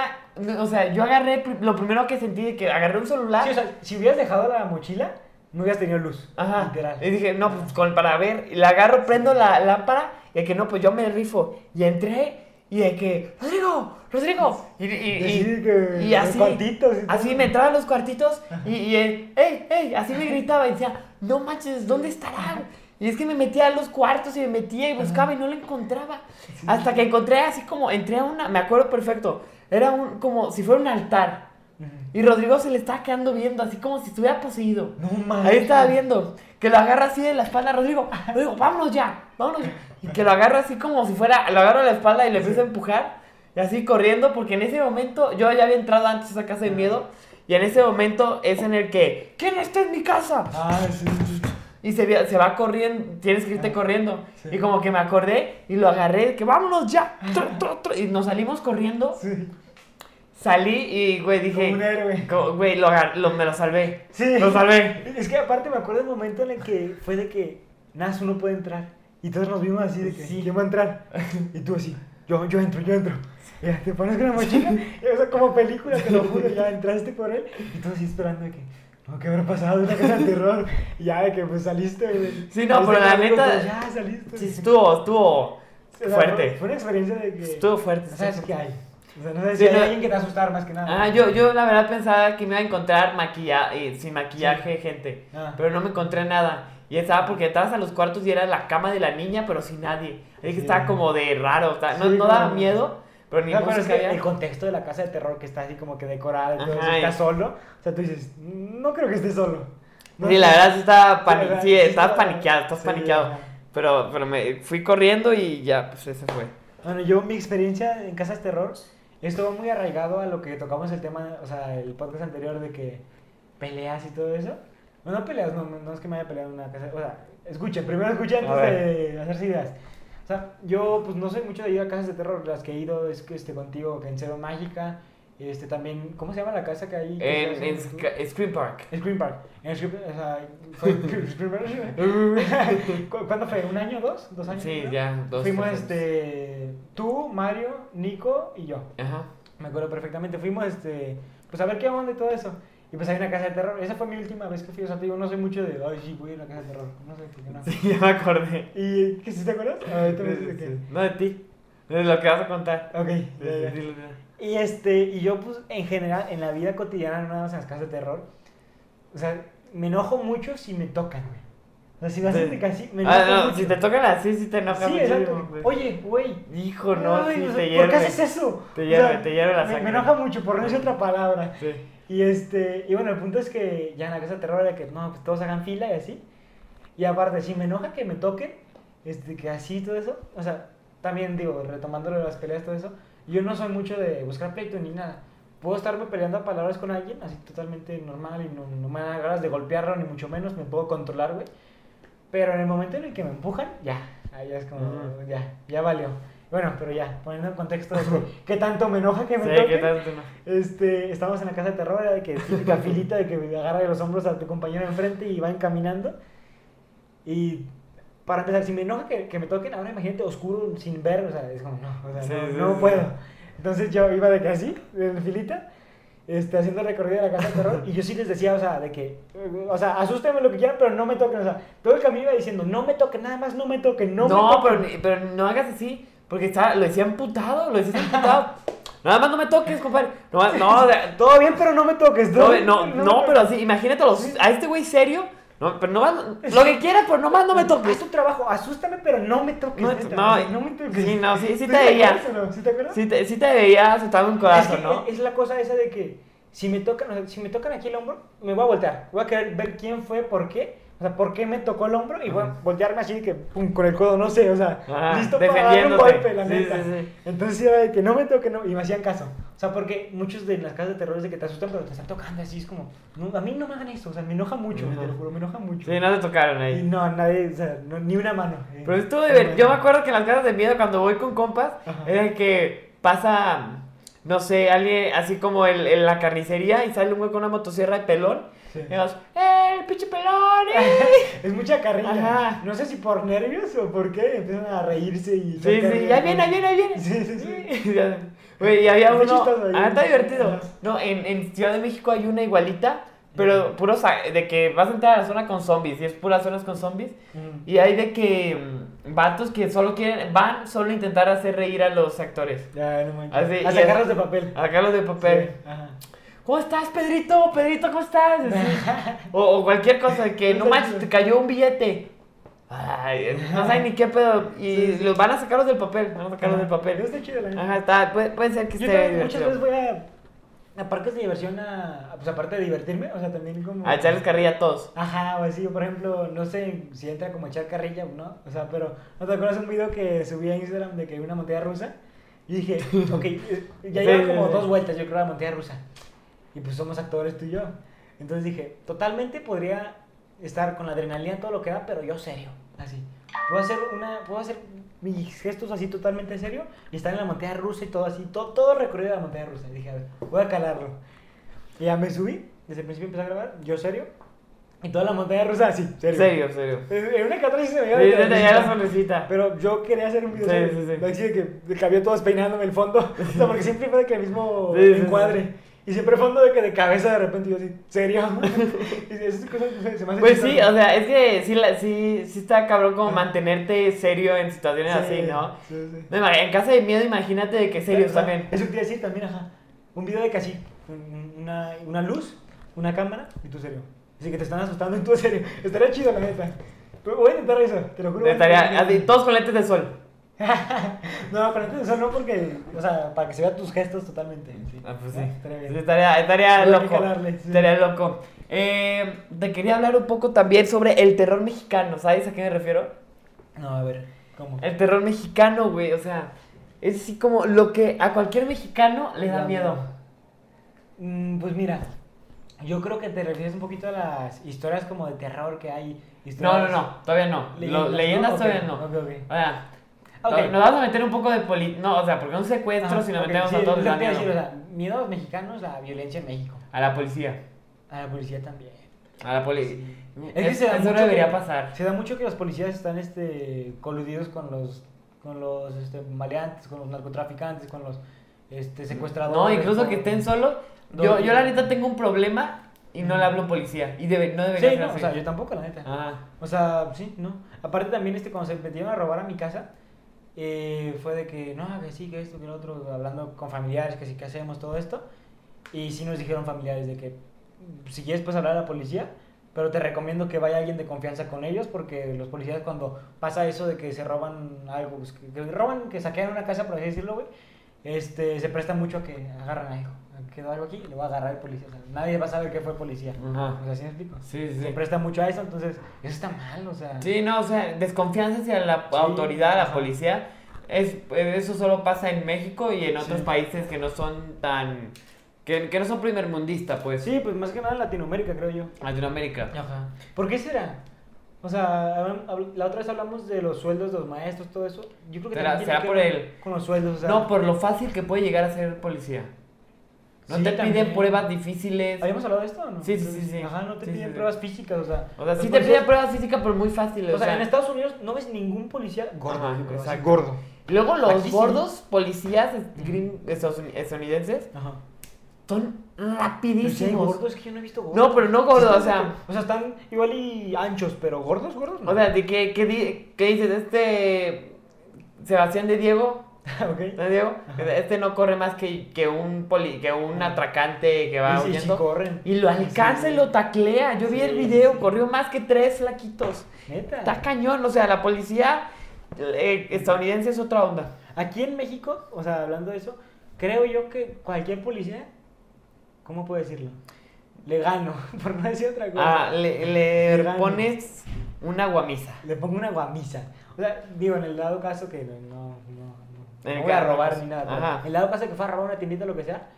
[SPEAKER 1] o sea, yo agarré, pri- lo primero que sentí de que agarré un celular.
[SPEAKER 2] Sí, o sea, si hubieras dejado la mochila, no hubieras tenido luz.
[SPEAKER 1] Ajá.
[SPEAKER 2] Literal.
[SPEAKER 1] Y dije, no, pues con, para ver. Y la agarro, prendo la lámpara. Y de que no, pues yo me rifo. Y entré. Y de que, Rodrigo, Rodrigo. Y, y, y,
[SPEAKER 2] Así que,
[SPEAKER 1] y así.
[SPEAKER 2] cuartitos y todo.
[SPEAKER 1] así me entraba a los cuartitos. Y, y él, hey, hey. Así me gritaba. Y decía, no manches, ¿dónde estará? Y es que me metía a los cuartos y me metía y buscaba y no lo encontraba. Hasta que encontré así como, entré a una, me acuerdo perfecto. Era un, como si fuera un altar.
[SPEAKER 2] Ujú.
[SPEAKER 1] Y Rodrigo se le estaba quedando viendo, así como si estuviera poseído.
[SPEAKER 2] No mames.
[SPEAKER 1] Ahí estaba viendo que lo agarra así de la espalda, Rodrigo. Rodrigo, vámonos ya, vámonos ya. Y que lo agarra así como si fuera, lo agarro a la espalda y le empiezo a empujar. Y así corriendo, porque en ese momento yo ya había entrado antes a esa casa de miedo. Y en ese momento es en el que, ¿quién está en mi casa?
[SPEAKER 2] Ah, sí, sí.
[SPEAKER 1] Y se, ve- se va corriendo, tienes que irte
[SPEAKER 2] Ah,
[SPEAKER 1] corriendo.
[SPEAKER 2] sí.
[SPEAKER 1] Y como que me acordé y lo agarré, que vámonos ya. tru, tru, tru, Y nos salimos corriendo.
[SPEAKER 2] sí.
[SPEAKER 1] Salí y, güey, dije,
[SPEAKER 2] Como un héroe.
[SPEAKER 1] co- güey, lo, agar- lo- me lo salvé.
[SPEAKER 2] Sí.
[SPEAKER 1] Lo salvé.
[SPEAKER 2] Es que aparte me acuerdo del momento en el que fue de que Nasu no puede entrar. Y todos nos vimos así de que
[SPEAKER 1] Sí.
[SPEAKER 2] ¿quién va a entrar? Y tú así, yo, yo entro, yo entro. Y ya te pones con la mochila, y, o sea, como película, te lo juro, ya entraste por él. Y tú así esperando de que, no, ¿qué habrá pasado? Una cosa de terror. Y ya de que pues saliste, güey.
[SPEAKER 1] Sí, no,
[SPEAKER 2] Saliste
[SPEAKER 1] pero la
[SPEAKER 2] conmigo,
[SPEAKER 1] neta-
[SPEAKER 2] pues, Ya saliste.
[SPEAKER 1] Sí, estuvo, estuvo
[SPEAKER 2] O sea,
[SPEAKER 1] fuerte.
[SPEAKER 2] Fue una experiencia de que.
[SPEAKER 1] Estuvo fuerte.
[SPEAKER 2] No sabes qué hay. O sea, no sabes
[SPEAKER 1] Sí,
[SPEAKER 2] si hay
[SPEAKER 1] no.
[SPEAKER 2] alguien que te va a asustar más que nada.
[SPEAKER 1] Ah, yo, yo la verdad pensaba que me iba a encontrar maquilla eh, sin maquillaje, gente.
[SPEAKER 2] Ah.
[SPEAKER 1] Pero no me encontré nada. Y estaba porque estabas a los cuartos y era la cama de la niña, pero sin nadie. Es que
[SPEAKER 2] Sí.
[SPEAKER 1] estaba como de raro. estaba- no,
[SPEAKER 2] Sí,
[SPEAKER 1] no daba
[SPEAKER 2] como-
[SPEAKER 1] miedo, pero ni
[SPEAKER 2] No, pero
[SPEAKER 1] música
[SPEAKER 2] es que
[SPEAKER 1] había.
[SPEAKER 2] el contexto de la casa de terror que está así como que decorada y todo eso,
[SPEAKER 1] Ajá,
[SPEAKER 2] está
[SPEAKER 1] y-
[SPEAKER 2] solo. O sea, tú dices, "Mm, no creo que esté solo. No
[SPEAKER 1] Sí, la
[SPEAKER 2] sé.
[SPEAKER 1] verdad sí estaba
[SPEAKER 2] Sí, la
[SPEAKER 1] pani-
[SPEAKER 2] verdad,
[SPEAKER 1] sí, estaba
[SPEAKER 2] estaba-
[SPEAKER 1] paniqueado, estaba
[SPEAKER 2] sí,
[SPEAKER 1] paniqueado.
[SPEAKER 2] ajá.
[SPEAKER 1] Pero, pero me fui corriendo y ya, pues ese fue.
[SPEAKER 2] Bueno, yo mi experiencia en casas terror estuvo muy arraigado a lo que tocamos el tema, o sea, el podcast anterior de que peleas y todo eso. Bueno, no peleas, no, no es que me haya peleado en una casa. O sea, escuchen, primero escuchen
[SPEAKER 1] A
[SPEAKER 2] antes de hacerse ideas. O sea, yo pues no soy mucho de ir a casas de terror, las que he ido es que este contigo, que en Cero Mágica, este también, ¿cómo se llama la casa que hay? que pues, se
[SPEAKER 1] En,
[SPEAKER 2] hace
[SPEAKER 1] en
[SPEAKER 2] YouTube?
[SPEAKER 1] Sc- Scream Park.
[SPEAKER 2] Scream Park. En Scream, o sea, fue
[SPEAKER 1] [laughs]
[SPEAKER 2] Scream Park. [laughs] ¿Cu- ¿Cuándo fue? ¿Un año, dos? ¿Dos años?
[SPEAKER 1] Sí,
[SPEAKER 2] creo?
[SPEAKER 1] ya, dos.
[SPEAKER 2] Fuimos
[SPEAKER 1] tres años.
[SPEAKER 2] este, tú, Mario, Nico y yo.
[SPEAKER 1] Ajá.
[SPEAKER 2] Me acuerdo perfectamente. Fuimos este, pues a ver qué onda y todo eso. Y pues había una casa de terror. Esa fue mi última vez que fui. O sea, te digo, no soy mucho de, ay, sí, voy a una casa de terror. No sé por qué no.
[SPEAKER 1] [laughs] Sí, ya me acordé.
[SPEAKER 2] ¿Y qué si te acuerdas? Ahorita me dices de qué.
[SPEAKER 1] No de ti, de lo que vas a contar.
[SPEAKER 2] Ok, ya, ya. Y este, y yo pues en general, en la vida cotidiana, no nada más en las casas de terror, o sea, me enojo mucho si me tocan, güey. O sea, si me hacen de casi, me enojo
[SPEAKER 1] Ah, no,
[SPEAKER 2] mucho.
[SPEAKER 1] si te tocan así, sí te enoja
[SPEAKER 2] Sí,
[SPEAKER 1] muchísimo,
[SPEAKER 2] exacto.
[SPEAKER 1] güey.
[SPEAKER 2] Oye, güey.
[SPEAKER 1] Hijo, no,
[SPEAKER 2] ay,
[SPEAKER 1] sí,
[SPEAKER 2] o
[SPEAKER 1] te
[SPEAKER 2] sea, ¿Por
[SPEAKER 1] hierve.
[SPEAKER 2] qué haces eso?
[SPEAKER 1] Te
[SPEAKER 2] O
[SPEAKER 1] hierve,
[SPEAKER 2] sea,
[SPEAKER 1] te hierve la
[SPEAKER 2] me- Me,
[SPEAKER 1] sangre.
[SPEAKER 2] enoja mucho, por no decir otra palabra.
[SPEAKER 1] Sí.
[SPEAKER 2] Y este, y bueno, el punto es que ya en la casa de terror era que no, pues todos hagan fila y así. Y aparte, si me enoja que me toquen, este, que así todo eso, o sea, también digo, retomando lo de las peleas, todo eso, yo no soy mucho de buscar pleito ni nada. Puedo estarme peleando a palabras con alguien, así totalmente normal y no, no me dan ganas de golpearlo, ni mucho menos, me puedo controlar, güey. Pero en el momento en el que me empujan, ya, ahí es como,
[SPEAKER 1] Ujú.
[SPEAKER 2] ya, ya valió. Bueno, pero ya, poniendo en contexto de
[SPEAKER 1] [laughs]
[SPEAKER 2] que- qué tanto me enoja que me
[SPEAKER 1] Sí,
[SPEAKER 2] toquen.
[SPEAKER 1] ¿qué tal tú no?
[SPEAKER 2] Este, estábamos en la casa de terror, era de
[SPEAKER 1] [laughs]
[SPEAKER 2] que típica filita de que agarra de los hombros a tu compañero enfrente y van caminando. Y para empezar, si me enoja que, que me toquen, ahora imagínate oscuro sin ver, o sea, es como, no, o sea,
[SPEAKER 1] Sí,
[SPEAKER 2] no,
[SPEAKER 1] sí,
[SPEAKER 2] no
[SPEAKER 1] sí.
[SPEAKER 2] puedo. Entonces yo iba de que así, en filita, este, haciendo el recorrido de la casa de terror, y yo sí les decía, o sea, de que, eh, o sea, asústenme lo que quieran, pero no me toquen, o sea, todo el camino iba diciendo, no me toquen, nada más no me toquen, no,
[SPEAKER 1] No,
[SPEAKER 2] me toquen.
[SPEAKER 1] pero, ni- pero no hagas así, porque está, lo decía amputado, lo decía
[SPEAKER 2] [laughs]
[SPEAKER 1] amputado. Nada más no me toques, compadre. No, más- no, de-
[SPEAKER 2] Todo bien, pero no me toques, todo
[SPEAKER 1] no,
[SPEAKER 2] bien, [laughs]
[SPEAKER 1] no,
[SPEAKER 2] me
[SPEAKER 1] no,
[SPEAKER 2] toques.
[SPEAKER 1] pero así, imagínate a los- a este güey serio. No, pero no más, lo que quieras, pero nomás no me
[SPEAKER 2] Haz
[SPEAKER 1] toques.
[SPEAKER 2] [laughs] tu trabajo, asústame, pero no me toques.
[SPEAKER 1] No,
[SPEAKER 2] neta,
[SPEAKER 1] no,
[SPEAKER 2] o sea, me toques.
[SPEAKER 1] sí, no, sí- sí te veía.
[SPEAKER 2] acuerdas o no? ¿Sí te acuerdas?
[SPEAKER 1] Sí te, sí te veía azotando un
[SPEAKER 2] es,
[SPEAKER 1] codazo,
[SPEAKER 2] que
[SPEAKER 1] ¿no?
[SPEAKER 2] es la cosa esa de que si me tocan, o sea, si me tocan aquí el hombro, me voy a voltear. Voy a querer ver quién fue, por qué. O sea, por qué me tocó el hombro y voy a
[SPEAKER 1] Ajá.
[SPEAKER 2] voltearme así de que pum, con el codo, no sé, o sea,
[SPEAKER 1] Ajá,
[SPEAKER 2] listo para darle un
[SPEAKER 1] defendiéndote.
[SPEAKER 2] golpe, la
[SPEAKER 1] Sí,
[SPEAKER 2] neta.
[SPEAKER 1] sí, sí.
[SPEAKER 2] Entonces era de que no me toquen, no, y me hacían caso. O sea, porque muchos de las casas de terror es de que te asustan, pero te están tocando así, es como, no, a mí no me hagan eso, o sea, me enoja mucho,
[SPEAKER 1] Ajá.
[SPEAKER 2] te lo juro, me enoja mucho.
[SPEAKER 1] Sí, no te tocaron
[SPEAKER 2] Y
[SPEAKER 1] ahí.
[SPEAKER 2] no, nadie, o sea, no, ni una mano. eh.
[SPEAKER 1] Pero estuvo divertido. Yo me acuerdo que en las casas de miedo, cuando voy con compas,
[SPEAKER 2] Ajá.
[SPEAKER 1] era que pasa, no sé, alguien así como el- en la carnicería y sale un güey con una motosierra de pelón.
[SPEAKER 2] Sí.
[SPEAKER 1] Y vamos, ¡eh, el pinche pelón!
[SPEAKER 2] [laughs]
[SPEAKER 1] eh!"
[SPEAKER 2] Es mucha carrilla.
[SPEAKER 1] Ajá.
[SPEAKER 2] No sé si por nervios o por qué empiezan a reírse y.
[SPEAKER 1] Sí,
[SPEAKER 2] sacar-
[SPEAKER 1] sí, ya viene, ahí viene, ahí viene.
[SPEAKER 2] Sí, sí, sí.
[SPEAKER 1] Y ya- Güey, y había
[SPEAKER 2] Está
[SPEAKER 1] uno.
[SPEAKER 2] chistoso ahí.
[SPEAKER 1] Ah, está divertido.
[SPEAKER 2] Ajá.
[SPEAKER 1] No, en, en Ciudad de México hay una igualita, pero puro sa- de que vas a entrar a la zona con zombies y es puras zonas con zombies.
[SPEAKER 2] Mm.
[SPEAKER 1] Y hay de que mm, vatos que solo quieren, van solo a intentar hacer reír a los actores.
[SPEAKER 2] Ya, no manches.
[SPEAKER 1] Así,
[SPEAKER 2] a
[SPEAKER 1] y es-
[SPEAKER 2] sacarlos de papel.
[SPEAKER 1] A Carlos de papel.
[SPEAKER 2] Sí,
[SPEAKER 1] [laughs]
[SPEAKER 2] ajá.
[SPEAKER 1] ¿Cómo estás, Pedrito? Pedrito, ¿cómo
[SPEAKER 2] [laughs]
[SPEAKER 1] estás? Así. O, o cualquier cosa, de que no manches, te cayó un billete. Ay, eh, no saben ni qué pedo. Y
[SPEAKER 2] Sí, sí.
[SPEAKER 1] los van a sacarlos del papel. Van a sacarlos del
[SPEAKER 2] Pero
[SPEAKER 1] papel.
[SPEAKER 2] está chido la neta.
[SPEAKER 1] Ajá, está, puede, puede ser que
[SPEAKER 2] Yo
[SPEAKER 1] esté
[SPEAKER 2] también muchas
[SPEAKER 1] divertido.
[SPEAKER 2] veces voy a, a parques de diversión a. a, Pues aparte de divertirme, o sea, también como.
[SPEAKER 1] A echarles carrilla a todos.
[SPEAKER 2] Ajá, o así, por ejemplo, no sé si entra como echar carrilla o no, o sea, pero ¿no te acuerdas un video que subí a Instagram de que hay
[SPEAKER 1] [laughs]
[SPEAKER 2] una montaña rusa? Y dije, ok, eh, ya
[SPEAKER 1] Sí,
[SPEAKER 2] llevo
[SPEAKER 1] sí,
[SPEAKER 2] como
[SPEAKER 1] sí.
[SPEAKER 2] dos vueltas, yo creo, a la montaña rusa. Y y pues somos actores tú y yo. Entonces dije, totalmente podría estar con la adrenalina todo lo que da, pero yo serio, así. Puedo hacer una, puedo hacer mis gestos así totalmente serio y estar en la montaña rusa y todo así, todo, todo el recorrido de la montaña rusa. Y dije, a ver, voy a calarlo. Y ya me subí, desde el principio empecé a grabar, yo serio. Y toda la montaña rusa así, serio.
[SPEAKER 1] Serio, serio.
[SPEAKER 2] En una que otra sí se me
[SPEAKER 1] Sí,
[SPEAKER 2] iba
[SPEAKER 1] te
[SPEAKER 2] la
[SPEAKER 1] tenía la
[SPEAKER 2] sonrisa.
[SPEAKER 1] sonrisita.
[SPEAKER 2] Pero yo quería hacer un video
[SPEAKER 1] Sí,
[SPEAKER 2] serio.
[SPEAKER 1] sí, sí.
[SPEAKER 2] Así de que cabía todos peinándome
[SPEAKER 1] [laughs]
[SPEAKER 2] el fondo. O sea, porque siempre fue de que el mismo
[SPEAKER 1] Sí, sí, sí.
[SPEAKER 2] encuadre. Y siempre fondo de que de cabeza de repente yo así, ¿serio? [laughs] y esas cosas se, se me hacen
[SPEAKER 1] Pues sí,
[SPEAKER 2] chistosas.
[SPEAKER 1] o sea, es que sí, la- sí, sí está cabrón como
[SPEAKER 2] Ah.
[SPEAKER 1] mantenerte serio en situaciones así,
[SPEAKER 2] Sí,
[SPEAKER 1] ¿no?
[SPEAKER 2] Sí, sí.
[SPEAKER 1] No, En caso de miedo, imagínate de que serios
[SPEAKER 2] O sea,
[SPEAKER 1] también.
[SPEAKER 2] Eso te iba a decir también, ajá. Un video de casi una, una luz, una cámara y tú serio. Así que te están asustando y tú serio. Estaría chido, la neta. Pero Voy a intentar eso, te lo juro. voy a
[SPEAKER 1] Estaría
[SPEAKER 2] intentar.
[SPEAKER 1] así, todos con lentes de sol.
[SPEAKER 2] No, pero antes de eso no porque, o sea, para que se vean tus gestos totalmente. sí.
[SPEAKER 1] Ah, pues sí.
[SPEAKER 2] Estaría bien.
[SPEAKER 1] Sí, Estaría, estaría
[SPEAKER 2] Voy a
[SPEAKER 1] loco.
[SPEAKER 2] calarle, sí.
[SPEAKER 1] Estaría loco. Eh, te quería hablar un poco también sobre el terror mexicano, ¿sabes a qué me refiero?
[SPEAKER 2] No, a ver, ¿cómo?
[SPEAKER 1] El terror mexicano, güey, o sea, es así como lo que a cualquier mexicano le da miedo.
[SPEAKER 2] Mm, pues mira, yo creo que te refieres un poquito a las historias como de terror que hay.
[SPEAKER 1] No, no,
[SPEAKER 2] historias-
[SPEAKER 1] no, todavía no. Lo-
[SPEAKER 2] ¿no?
[SPEAKER 1] Leyendas
[SPEAKER 2] Ok,
[SPEAKER 1] todavía no.
[SPEAKER 2] Ok, ok.
[SPEAKER 1] O sea,
[SPEAKER 2] Ok.
[SPEAKER 1] no- nos vamos a meter un poco de poli... No, o sea, porque un secuestro,
[SPEAKER 2] Ajá,
[SPEAKER 1] si nos
[SPEAKER 2] Ah, ok,
[SPEAKER 1] metemos
[SPEAKER 2] sí,
[SPEAKER 1] a todos, les
[SPEAKER 2] es lo
[SPEAKER 1] da
[SPEAKER 2] que te iba a
[SPEAKER 1] miedo.
[SPEAKER 2] decir, o sea, miedo a los mexicanos, la violencia en México.
[SPEAKER 1] A la policía.
[SPEAKER 2] A la policía también.
[SPEAKER 1] A la policía.
[SPEAKER 2] se da
[SPEAKER 1] eso
[SPEAKER 2] mucho
[SPEAKER 1] no debería
[SPEAKER 2] que-
[SPEAKER 1] pasar.
[SPEAKER 2] Se da mucho que los policías están este, coludidos con los, con los este, maleantes, con los narcotraficantes, con los este, secuestradores.
[SPEAKER 1] No, incluso
[SPEAKER 2] con-
[SPEAKER 1] que estén solos.
[SPEAKER 2] No,
[SPEAKER 1] Yo,
[SPEAKER 2] no.
[SPEAKER 1] yo la neta tengo un problema y no le hablo a un policía. Y debe, no debería
[SPEAKER 2] Sí,
[SPEAKER 1] ser
[SPEAKER 2] no,
[SPEAKER 1] así.
[SPEAKER 2] o sea, yo tampoco, la neta.
[SPEAKER 1] Ah,
[SPEAKER 2] O sea, sí, ¿no? Aparte también este, cuando se metieron a robar a mi casa, eh, fue de que, no, que sí, que esto, que lo otro, hablando con familiares, que sí, que hacemos todo esto. Y sí nos dijeron familiares de que, si quieres, pues hablar a la policía, pero te recomiendo que vaya alguien de confianza con ellos, porque los policías cuando pasa eso de que se roban algo, pues, que, que roban, que saquean una casa, por así decirlo, güey, este, se presta mucho a que agarran a hijo. Quedó algo aquí y le va a agarrar el policía. O sea, nadie va a saber que fue policía.
[SPEAKER 1] Ajá.
[SPEAKER 2] O sea, ¿sí me explico?
[SPEAKER 1] sí, sí,
[SPEAKER 2] se
[SPEAKER 1] sí.
[SPEAKER 2] presta mucho a eso, entonces eso está mal, o sea.
[SPEAKER 1] Sí, no, o sea, desconfianza hacia la
[SPEAKER 2] Sí,
[SPEAKER 1] autoridad, a la
[SPEAKER 2] ajá.
[SPEAKER 1] policía. Es, eh, eso solo pasa en México y en otros
[SPEAKER 2] Sí.
[SPEAKER 1] países que no son tan... Que, que no son primermundista, pues.
[SPEAKER 2] Sí, pues más que nada en Latinoamérica, creo yo.
[SPEAKER 1] Latinoamérica.
[SPEAKER 2] Ajá. ¿Por qué será? O sea, hablan- habl- la otra vez hablamos de los sueldos de los maestros, todo eso. Yo creo que
[SPEAKER 1] Será-
[SPEAKER 2] también tiene
[SPEAKER 1] será
[SPEAKER 2] que
[SPEAKER 1] por
[SPEAKER 2] ver
[SPEAKER 1] el-
[SPEAKER 2] con los sueldos, o sea.
[SPEAKER 1] No, por lo fácil que puede llegar a ser policía. No
[SPEAKER 2] Sí,
[SPEAKER 1] te piden
[SPEAKER 2] también.
[SPEAKER 1] pruebas difíciles.
[SPEAKER 2] ¿Habíamos hablado de esto o no?
[SPEAKER 1] Sí, sí, sí, sí.
[SPEAKER 2] Ajá, no te
[SPEAKER 1] Sí, sí,
[SPEAKER 2] piden
[SPEAKER 1] sí.
[SPEAKER 2] pruebas físicas, o sea.
[SPEAKER 1] O sea,
[SPEAKER 2] los
[SPEAKER 1] sí te
[SPEAKER 2] policías-
[SPEAKER 1] piden pruebas físicas, pero muy fáciles.
[SPEAKER 2] O sea, en Estados Unidos no ves ningún policía gordo.
[SPEAKER 1] Ajá,
[SPEAKER 2] yo creo, así,
[SPEAKER 1] exacto.
[SPEAKER 2] gordo.
[SPEAKER 1] Luego los
[SPEAKER 2] Aquí sí.
[SPEAKER 1] gordos policías gring- estadouni- estadounidenses
[SPEAKER 2] Ajá.
[SPEAKER 1] son
[SPEAKER 2] Pero si hay
[SPEAKER 1] rapidísimos.
[SPEAKER 2] gordos, es que yo no he visto gordos.
[SPEAKER 1] No, pero no gordos,
[SPEAKER 2] Sí,
[SPEAKER 1] o sea-
[SPEAKER 2] [laughs] O sea, están igual y anchos, pero gordos, gordos. no.
[SPEAKER 1] O sea, de que, que, di- que dices, este Sebastián de Diego,
[SPEAKER 2] [laughs] ok.
[SPEAKER 1] ¿no, Diego?
[SPEAKER 2] Ajá.
[SPEAKER 1] Este no corre más que, que un poli, que un
[SPEAKER 2] Ajá.
[SPEAKER 1] atracante que
[SPEAKER 2] Y
[SPEAKER 1] va
[SPEAKER 2] si- y si
[SPEAKER 1] huyendo.
[SPEAKER 2] corren.
[SPEAKER 1] Y lo alcanza y lo taclea. Yo vi
[SPEAKER 2] Sí,
[SPEAKER 1] el video,
[SPEAKER 2] sí. Ah.
[SPEAKER 1] corrió más que tres flaquitos.
[SPEAKER 2] Neta.
[SPEAKER 1] Está cañón, o sea, la policía eh, estadounidense es otra onda.
[SPEAKER 2] Aquí en México, o sea, hablando de eso, creo yo que cualquier policía, ¿cómo puedo decirlo? Le gano, [laughs] por no decir otra cosa.
[SPEAKER 1] Ah, le, le
[SPEAKER 2] Legal.
[SPEAKER 1] pones una guamisa.
[SPEAKER 2] Le pongo una guamisa. O sea, digo, en el dado caso que no, no, no,
[SPEAKER 1] En
[SPEAKER 2] no
[SPEAKER 1] el
[SPEAKER 2] voy a
[SPEAKER 1] caso-
[SPEAKER 2] robar ni nada. pero
[SPEAKER 1] Ajá.
[SPEAKER 2] En el dado caso que fue a robar una tiendita o lo que sea,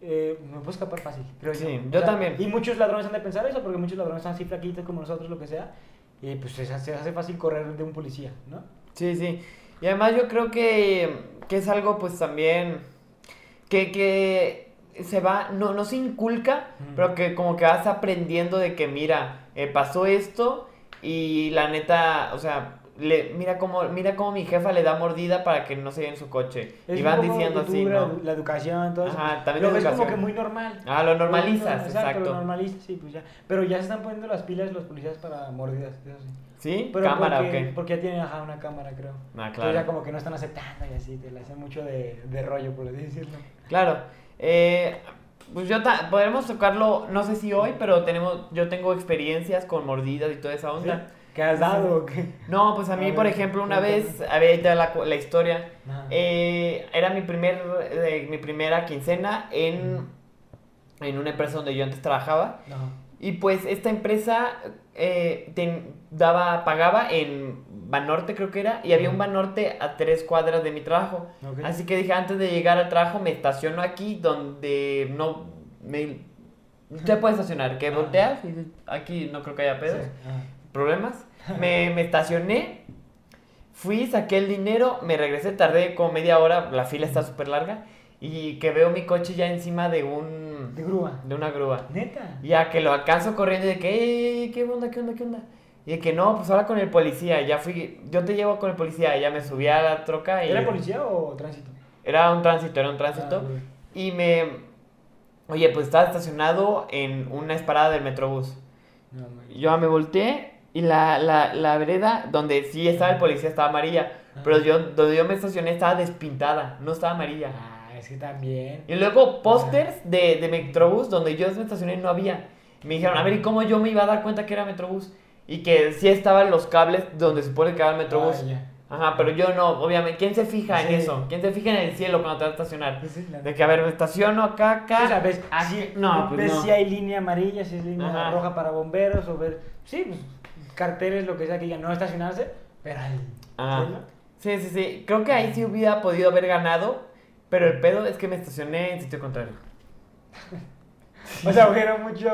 [SPEAKER 2] eh, me puedo escapar fácil. Creo
[SPEAKER 1] Sí,
[SPEAKER 2] yo
[SPEAKER 1] yo
[SPEAKER 2] O sea,
[SPEAKER 1] también.
[SPEAKER 2] Y muchos ladrones han de pensar eso, porque muchos ladrones son así flaquitos como nosotros, lo que sea. Y pues se hace se hace fácil correr de un policía, ¿no?
[SPEAKER 1] Sí, sí. Y además yo creo que, que es algo pues también que, que se va, no, no se inculca,
[SPEAKER 2] Ujú.
[SPEAKER 1] pero que como que vas aprendiendo de que mira, eh, pasó esto y la neta, o sea, le, mira cómo, mira cómo mi jefa le da mordida para que no se lleve en su coche.
[SPEAKER 2] Es
[SPEAKER 1] y
[SPEAKER 2] un
[SPEAKER 1] van
[SPEAKER 2] poco
[SPEAKER 1] diciendo
[SPEAKER 2] la
[SPEAKER 1] así,
[SPEAKER 2] cultura,
[SPEAKER 1] ¿no?
[SPEAKER 2] La educación, todo eso.
[SPEAKER 1] Ajá, también
[SPEAKER 2] lo
[SPEAKER 1] la
[SPEAKER 2] ves como que
[SPEAKER 1] educación.
[SPEAKER 2] muy normal.
[SPEAKER 1] Ah, lo normalizas,
[SPEAKER 2] Lo
[SPEAKER 1] exacto.
[SPEAKER 2] normalizas, sí, pues ya. Pero ya se están poniendo las pilas los policías para mordidas, eso sí.
[SPEAKER 1] ¿Sí?
[SPEAKER 2] Pero
[SPEAKER 1] Cámara,
[SPEAKER 2] porque,
[SPEAKER 1] ok.
[SPEAKER 2] porque ya tienen, ajá, una cámara, creo.
[SPEAKER 1] Ah,
[SPEAKER 2] Entonces
[SPEAKER 1] claro.
[SPEAKER 2] ya como que no están aceptando y así, te la hacen mucho de, de rollo, por así decirlo.
[SPEAKER 1] Claro. eh, pues yo ta- podremos tocarlo, no sé si hoy, pero tenemos, yo tengo experiencias con mordidas y toda esa onda.
[SPEAKER 2] ¿Sí? ¿Qué has dado o qué?
[SPEAKER 1] No, pues a mí,
[SPEAKER 2] A
[SPEAKER 1] por
[SPEAKER 2] ver,
[SPEAKER 1] ejemplo, una
[SPEAKER 2] cuéntame.
[SPEAKER 1] vez, a ver, ahí te va la, cu- la historia.
[SPEAKER 2] Ajá.
[SPEAKER 1] Eh, era mi primer, eh, mi primera quincena en, en una empresa donde yo antes trabajaba.
[SPEAKER 2] No.
[SPEAKER 1] Y pues esta empresa eh, ten- daba, pagaba en Banorte, creo que era, y había un Banorte a tres cuadras de mi trabajo.
[SPEAKER 2] Ok.
[SPEAKER 1] Así que dije, antes de llegar al trabajo, me estaciono aquí donde no me, Usted puede estacionar, que volteas y dices, aquí no creo que haya pedos,
[SPEAKER 2] [laughs]
[SPEAKER 1] problemas. Me, me estacioné, fui, saqué el dinero, me regresé, tardé como media hora, la fila está súper larga, y que veo mi coche ya encima de un...
[SPEAKER 2] De grúa.
[SPEAKER 1] de una grúa.
[SPEAKER 2] Neta.
[SPEAKER 1] Ya que lo alcanzo corriendo y de que, "Ey, ¿qué onda, qué onda, qué onda? Y de que no, pues ahora con el policía, ya fui, yo te llevo con el policía, ya me subí a la troca y...
[SPEAKER 2] ¿Era policía o tránsito?
[SPEAKER 1] Era un tránsito, era un eh. tránsito.
[SPEAKER 2] Ah, güey.
[SPEAKER 1] Y me. Oye, pues estaba estacionado en una parada del metrobús.
[SPEAKER 2] No, güey.
[SPEAKER 1] Yo me volteé y la, la, la vereda donde sí estaba el policía estaba amarilla.
[SPEAKER 2] Ah.
[SPEAKER 1] Pero yo, donde yo me estacioné estaba despintada, no estaba amarilla.
[SPEAKER 2] Ah, es que también.
[SPEAKER 1] Y luego pósters de, de metrobús donde yo me estacioné no había. Me dijeron, a ver, ¿y cómo yo me iba a dar cuenta que era metrobús? Y que sí estaban los cables donde se supone que va el metrobús.
[SPEAKER 2] Ah, ya.
[SPEAKER 1] Ajá, pero yo no, obviamente. ¿Quién se fija
[SPEAKER 2] Sí.
[SPEAKER 1] en eso? ¿Quién se fija en el cielo cuando te vas a estacionar?
[SPEAKER 2] Pues sí, la
[SPEAKER 1] De que, a ver, me estaciono acá, acá.
[SPEAKER 2] O sea, ves,
[SPEAKER 1] aquí.
[SPEAKER 2] si,
[SPEAKER 1] no, pues
[SPEAKER 2] ves
[SPEAKER 1] no.
[SPEAKER 2] si hay línea amarilla, si es línea
[SPEAKER 1] Ajá.
[SPEAKER 2] roja para bomberos, o ver, sí, pues, carteles, lo que sea, que ya no estacionarse, pero al
[SPEAKER 1] Ah.
[SPEAKER 2] cielo.
[SPEAKER 1] Sí, sí, sí. Creo que ahí sí hubiera podido haber ganado, pero el pedo es que me estacioné en sitio contrario.
[SPEAKER 2] O sea, hubieron muchos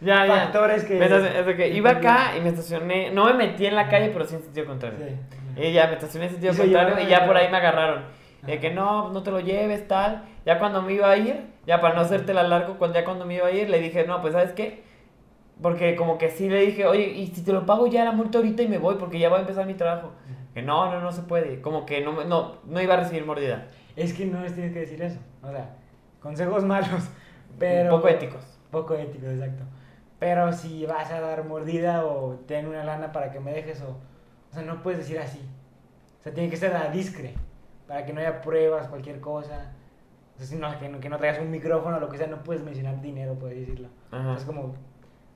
[SPEAKER 1] Ya, ya.
[SPEAKER 2] factores que...
[SPEAKER 1] Me estacioné- es de que iba acá y me estacioné. No me metí en la calle, pero sí en sentido contrario.
[SPEAKER 2] Sí.
[SPEAKER 1] Y ya me estacioné en sentido
[SPEAKER 2] Y se
[SPEAKER 1] contrario
[SPEAKER 2] llevaron
[SPEAKER 1] y ya
[SPEAKER 2] el- Ah.
[SPEAKER 1] por ahí me agarraron. De
[SPEAKER 2] Ajá.
[SPEAKER 1] que no, no te lo lleves, tal. Ya cuando me iba a ir, ya para no hacerte la largo, cuando, ya cuando me iba a ir, le dije, no, pues ¿sabes qué? Porque como que sí le dije, oye, y si te lo pago ya la multa ahorita y me voy, porque ya va a empezar mi trabajo. Que no, no, no se puede. Como que no, me- no, no iba a recibir mordida.
[SPEAKER 2] Es que no les tienes que decir eso, o sea, consejos malos, pero...
[SPEAKER 1] Poco éticos.
[SPEAKER 2] Poco éticos, exacto. Pero si vas a dar mordida o ten una lana para que me dejes o... O sea, no puedes decir así. O sea, tiene que ser a discre, para que no haya pruebas, cualquier cosa. O sea, si no, que, no, que no traigas un micrófono o lo que sea, no puedes mencionar dinero, puedes decirlo.
[SPEAKER 1] Ajá.
[SPEAKER 2] Es como,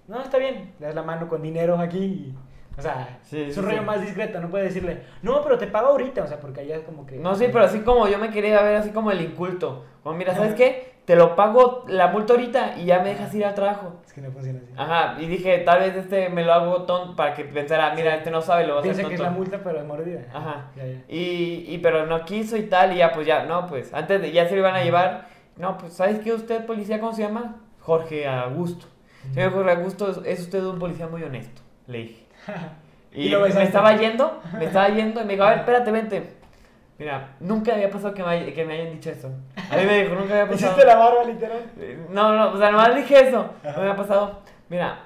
[SPEAKER 2] no, está bien, le das la mano con dinero aquí y- O sea,
[SPEAKER 1] Sí,
[SPEAKER 2] es
[SPEAKER 1] sí,
[SPEAKER 2] un rollo
[SPEAKER 1] sí.
[SPEAKER 2] más discreto, no puedes decirle, no, pero te pago ahorita, o sea, porque allá es como que...
[SPEAKER 1] No, sí, pero así como yo me quería ver así como el inculto. Como, mira, ¿sabes qué? Te lo pago la multa ahorita y ya me dejas ir al trabajo.
[SPEAKER 2] Es que no funciona así.
[SPEAKER 1] Ajá, y dije, tal vez este me lo hago tonto para que pensara, mira, este no sabe, lo va a hacer
[SPEAKER 2] Piensa
[SPEAKER 1] tonto.
[SPEAKER 2] que es la multa, pero es mordida.
[SPEAKER 1] Ajá.
[SPEAKER 2] Ya, ya.
[SPEAKER 1] Y, y pero no quiso y tal, y ya pues ya, no, pues antes de ya se lo iban a llevar, no, pues ¿sabes qué usted, policía, cómo se llama? Jorge Augusto. Señor Jorge Augusto, es, es usted un policía muy honesto, le
[SPEAKER 2] [laughs]
[SPEAKER 1] dije.
[SPEAKER 2] Y
[SPEAKER 1] Y,
[SPEAKER 2] lo besaste.
[SPEAKER 1] me estaba yendo, me estaba yendo, y me dijo, a ver, espérate, vente. Mira, nunca había pasado que me, hay- que me hayan dicho eso. pues, A mí me dijo, nunca había pasado.
[SPEAKER 2] [laughs] Hiciste la barba, literal.
[SPEAKER 1] Eh, No, no, o sea, nomás dije eso. No me ha pasado. Mira,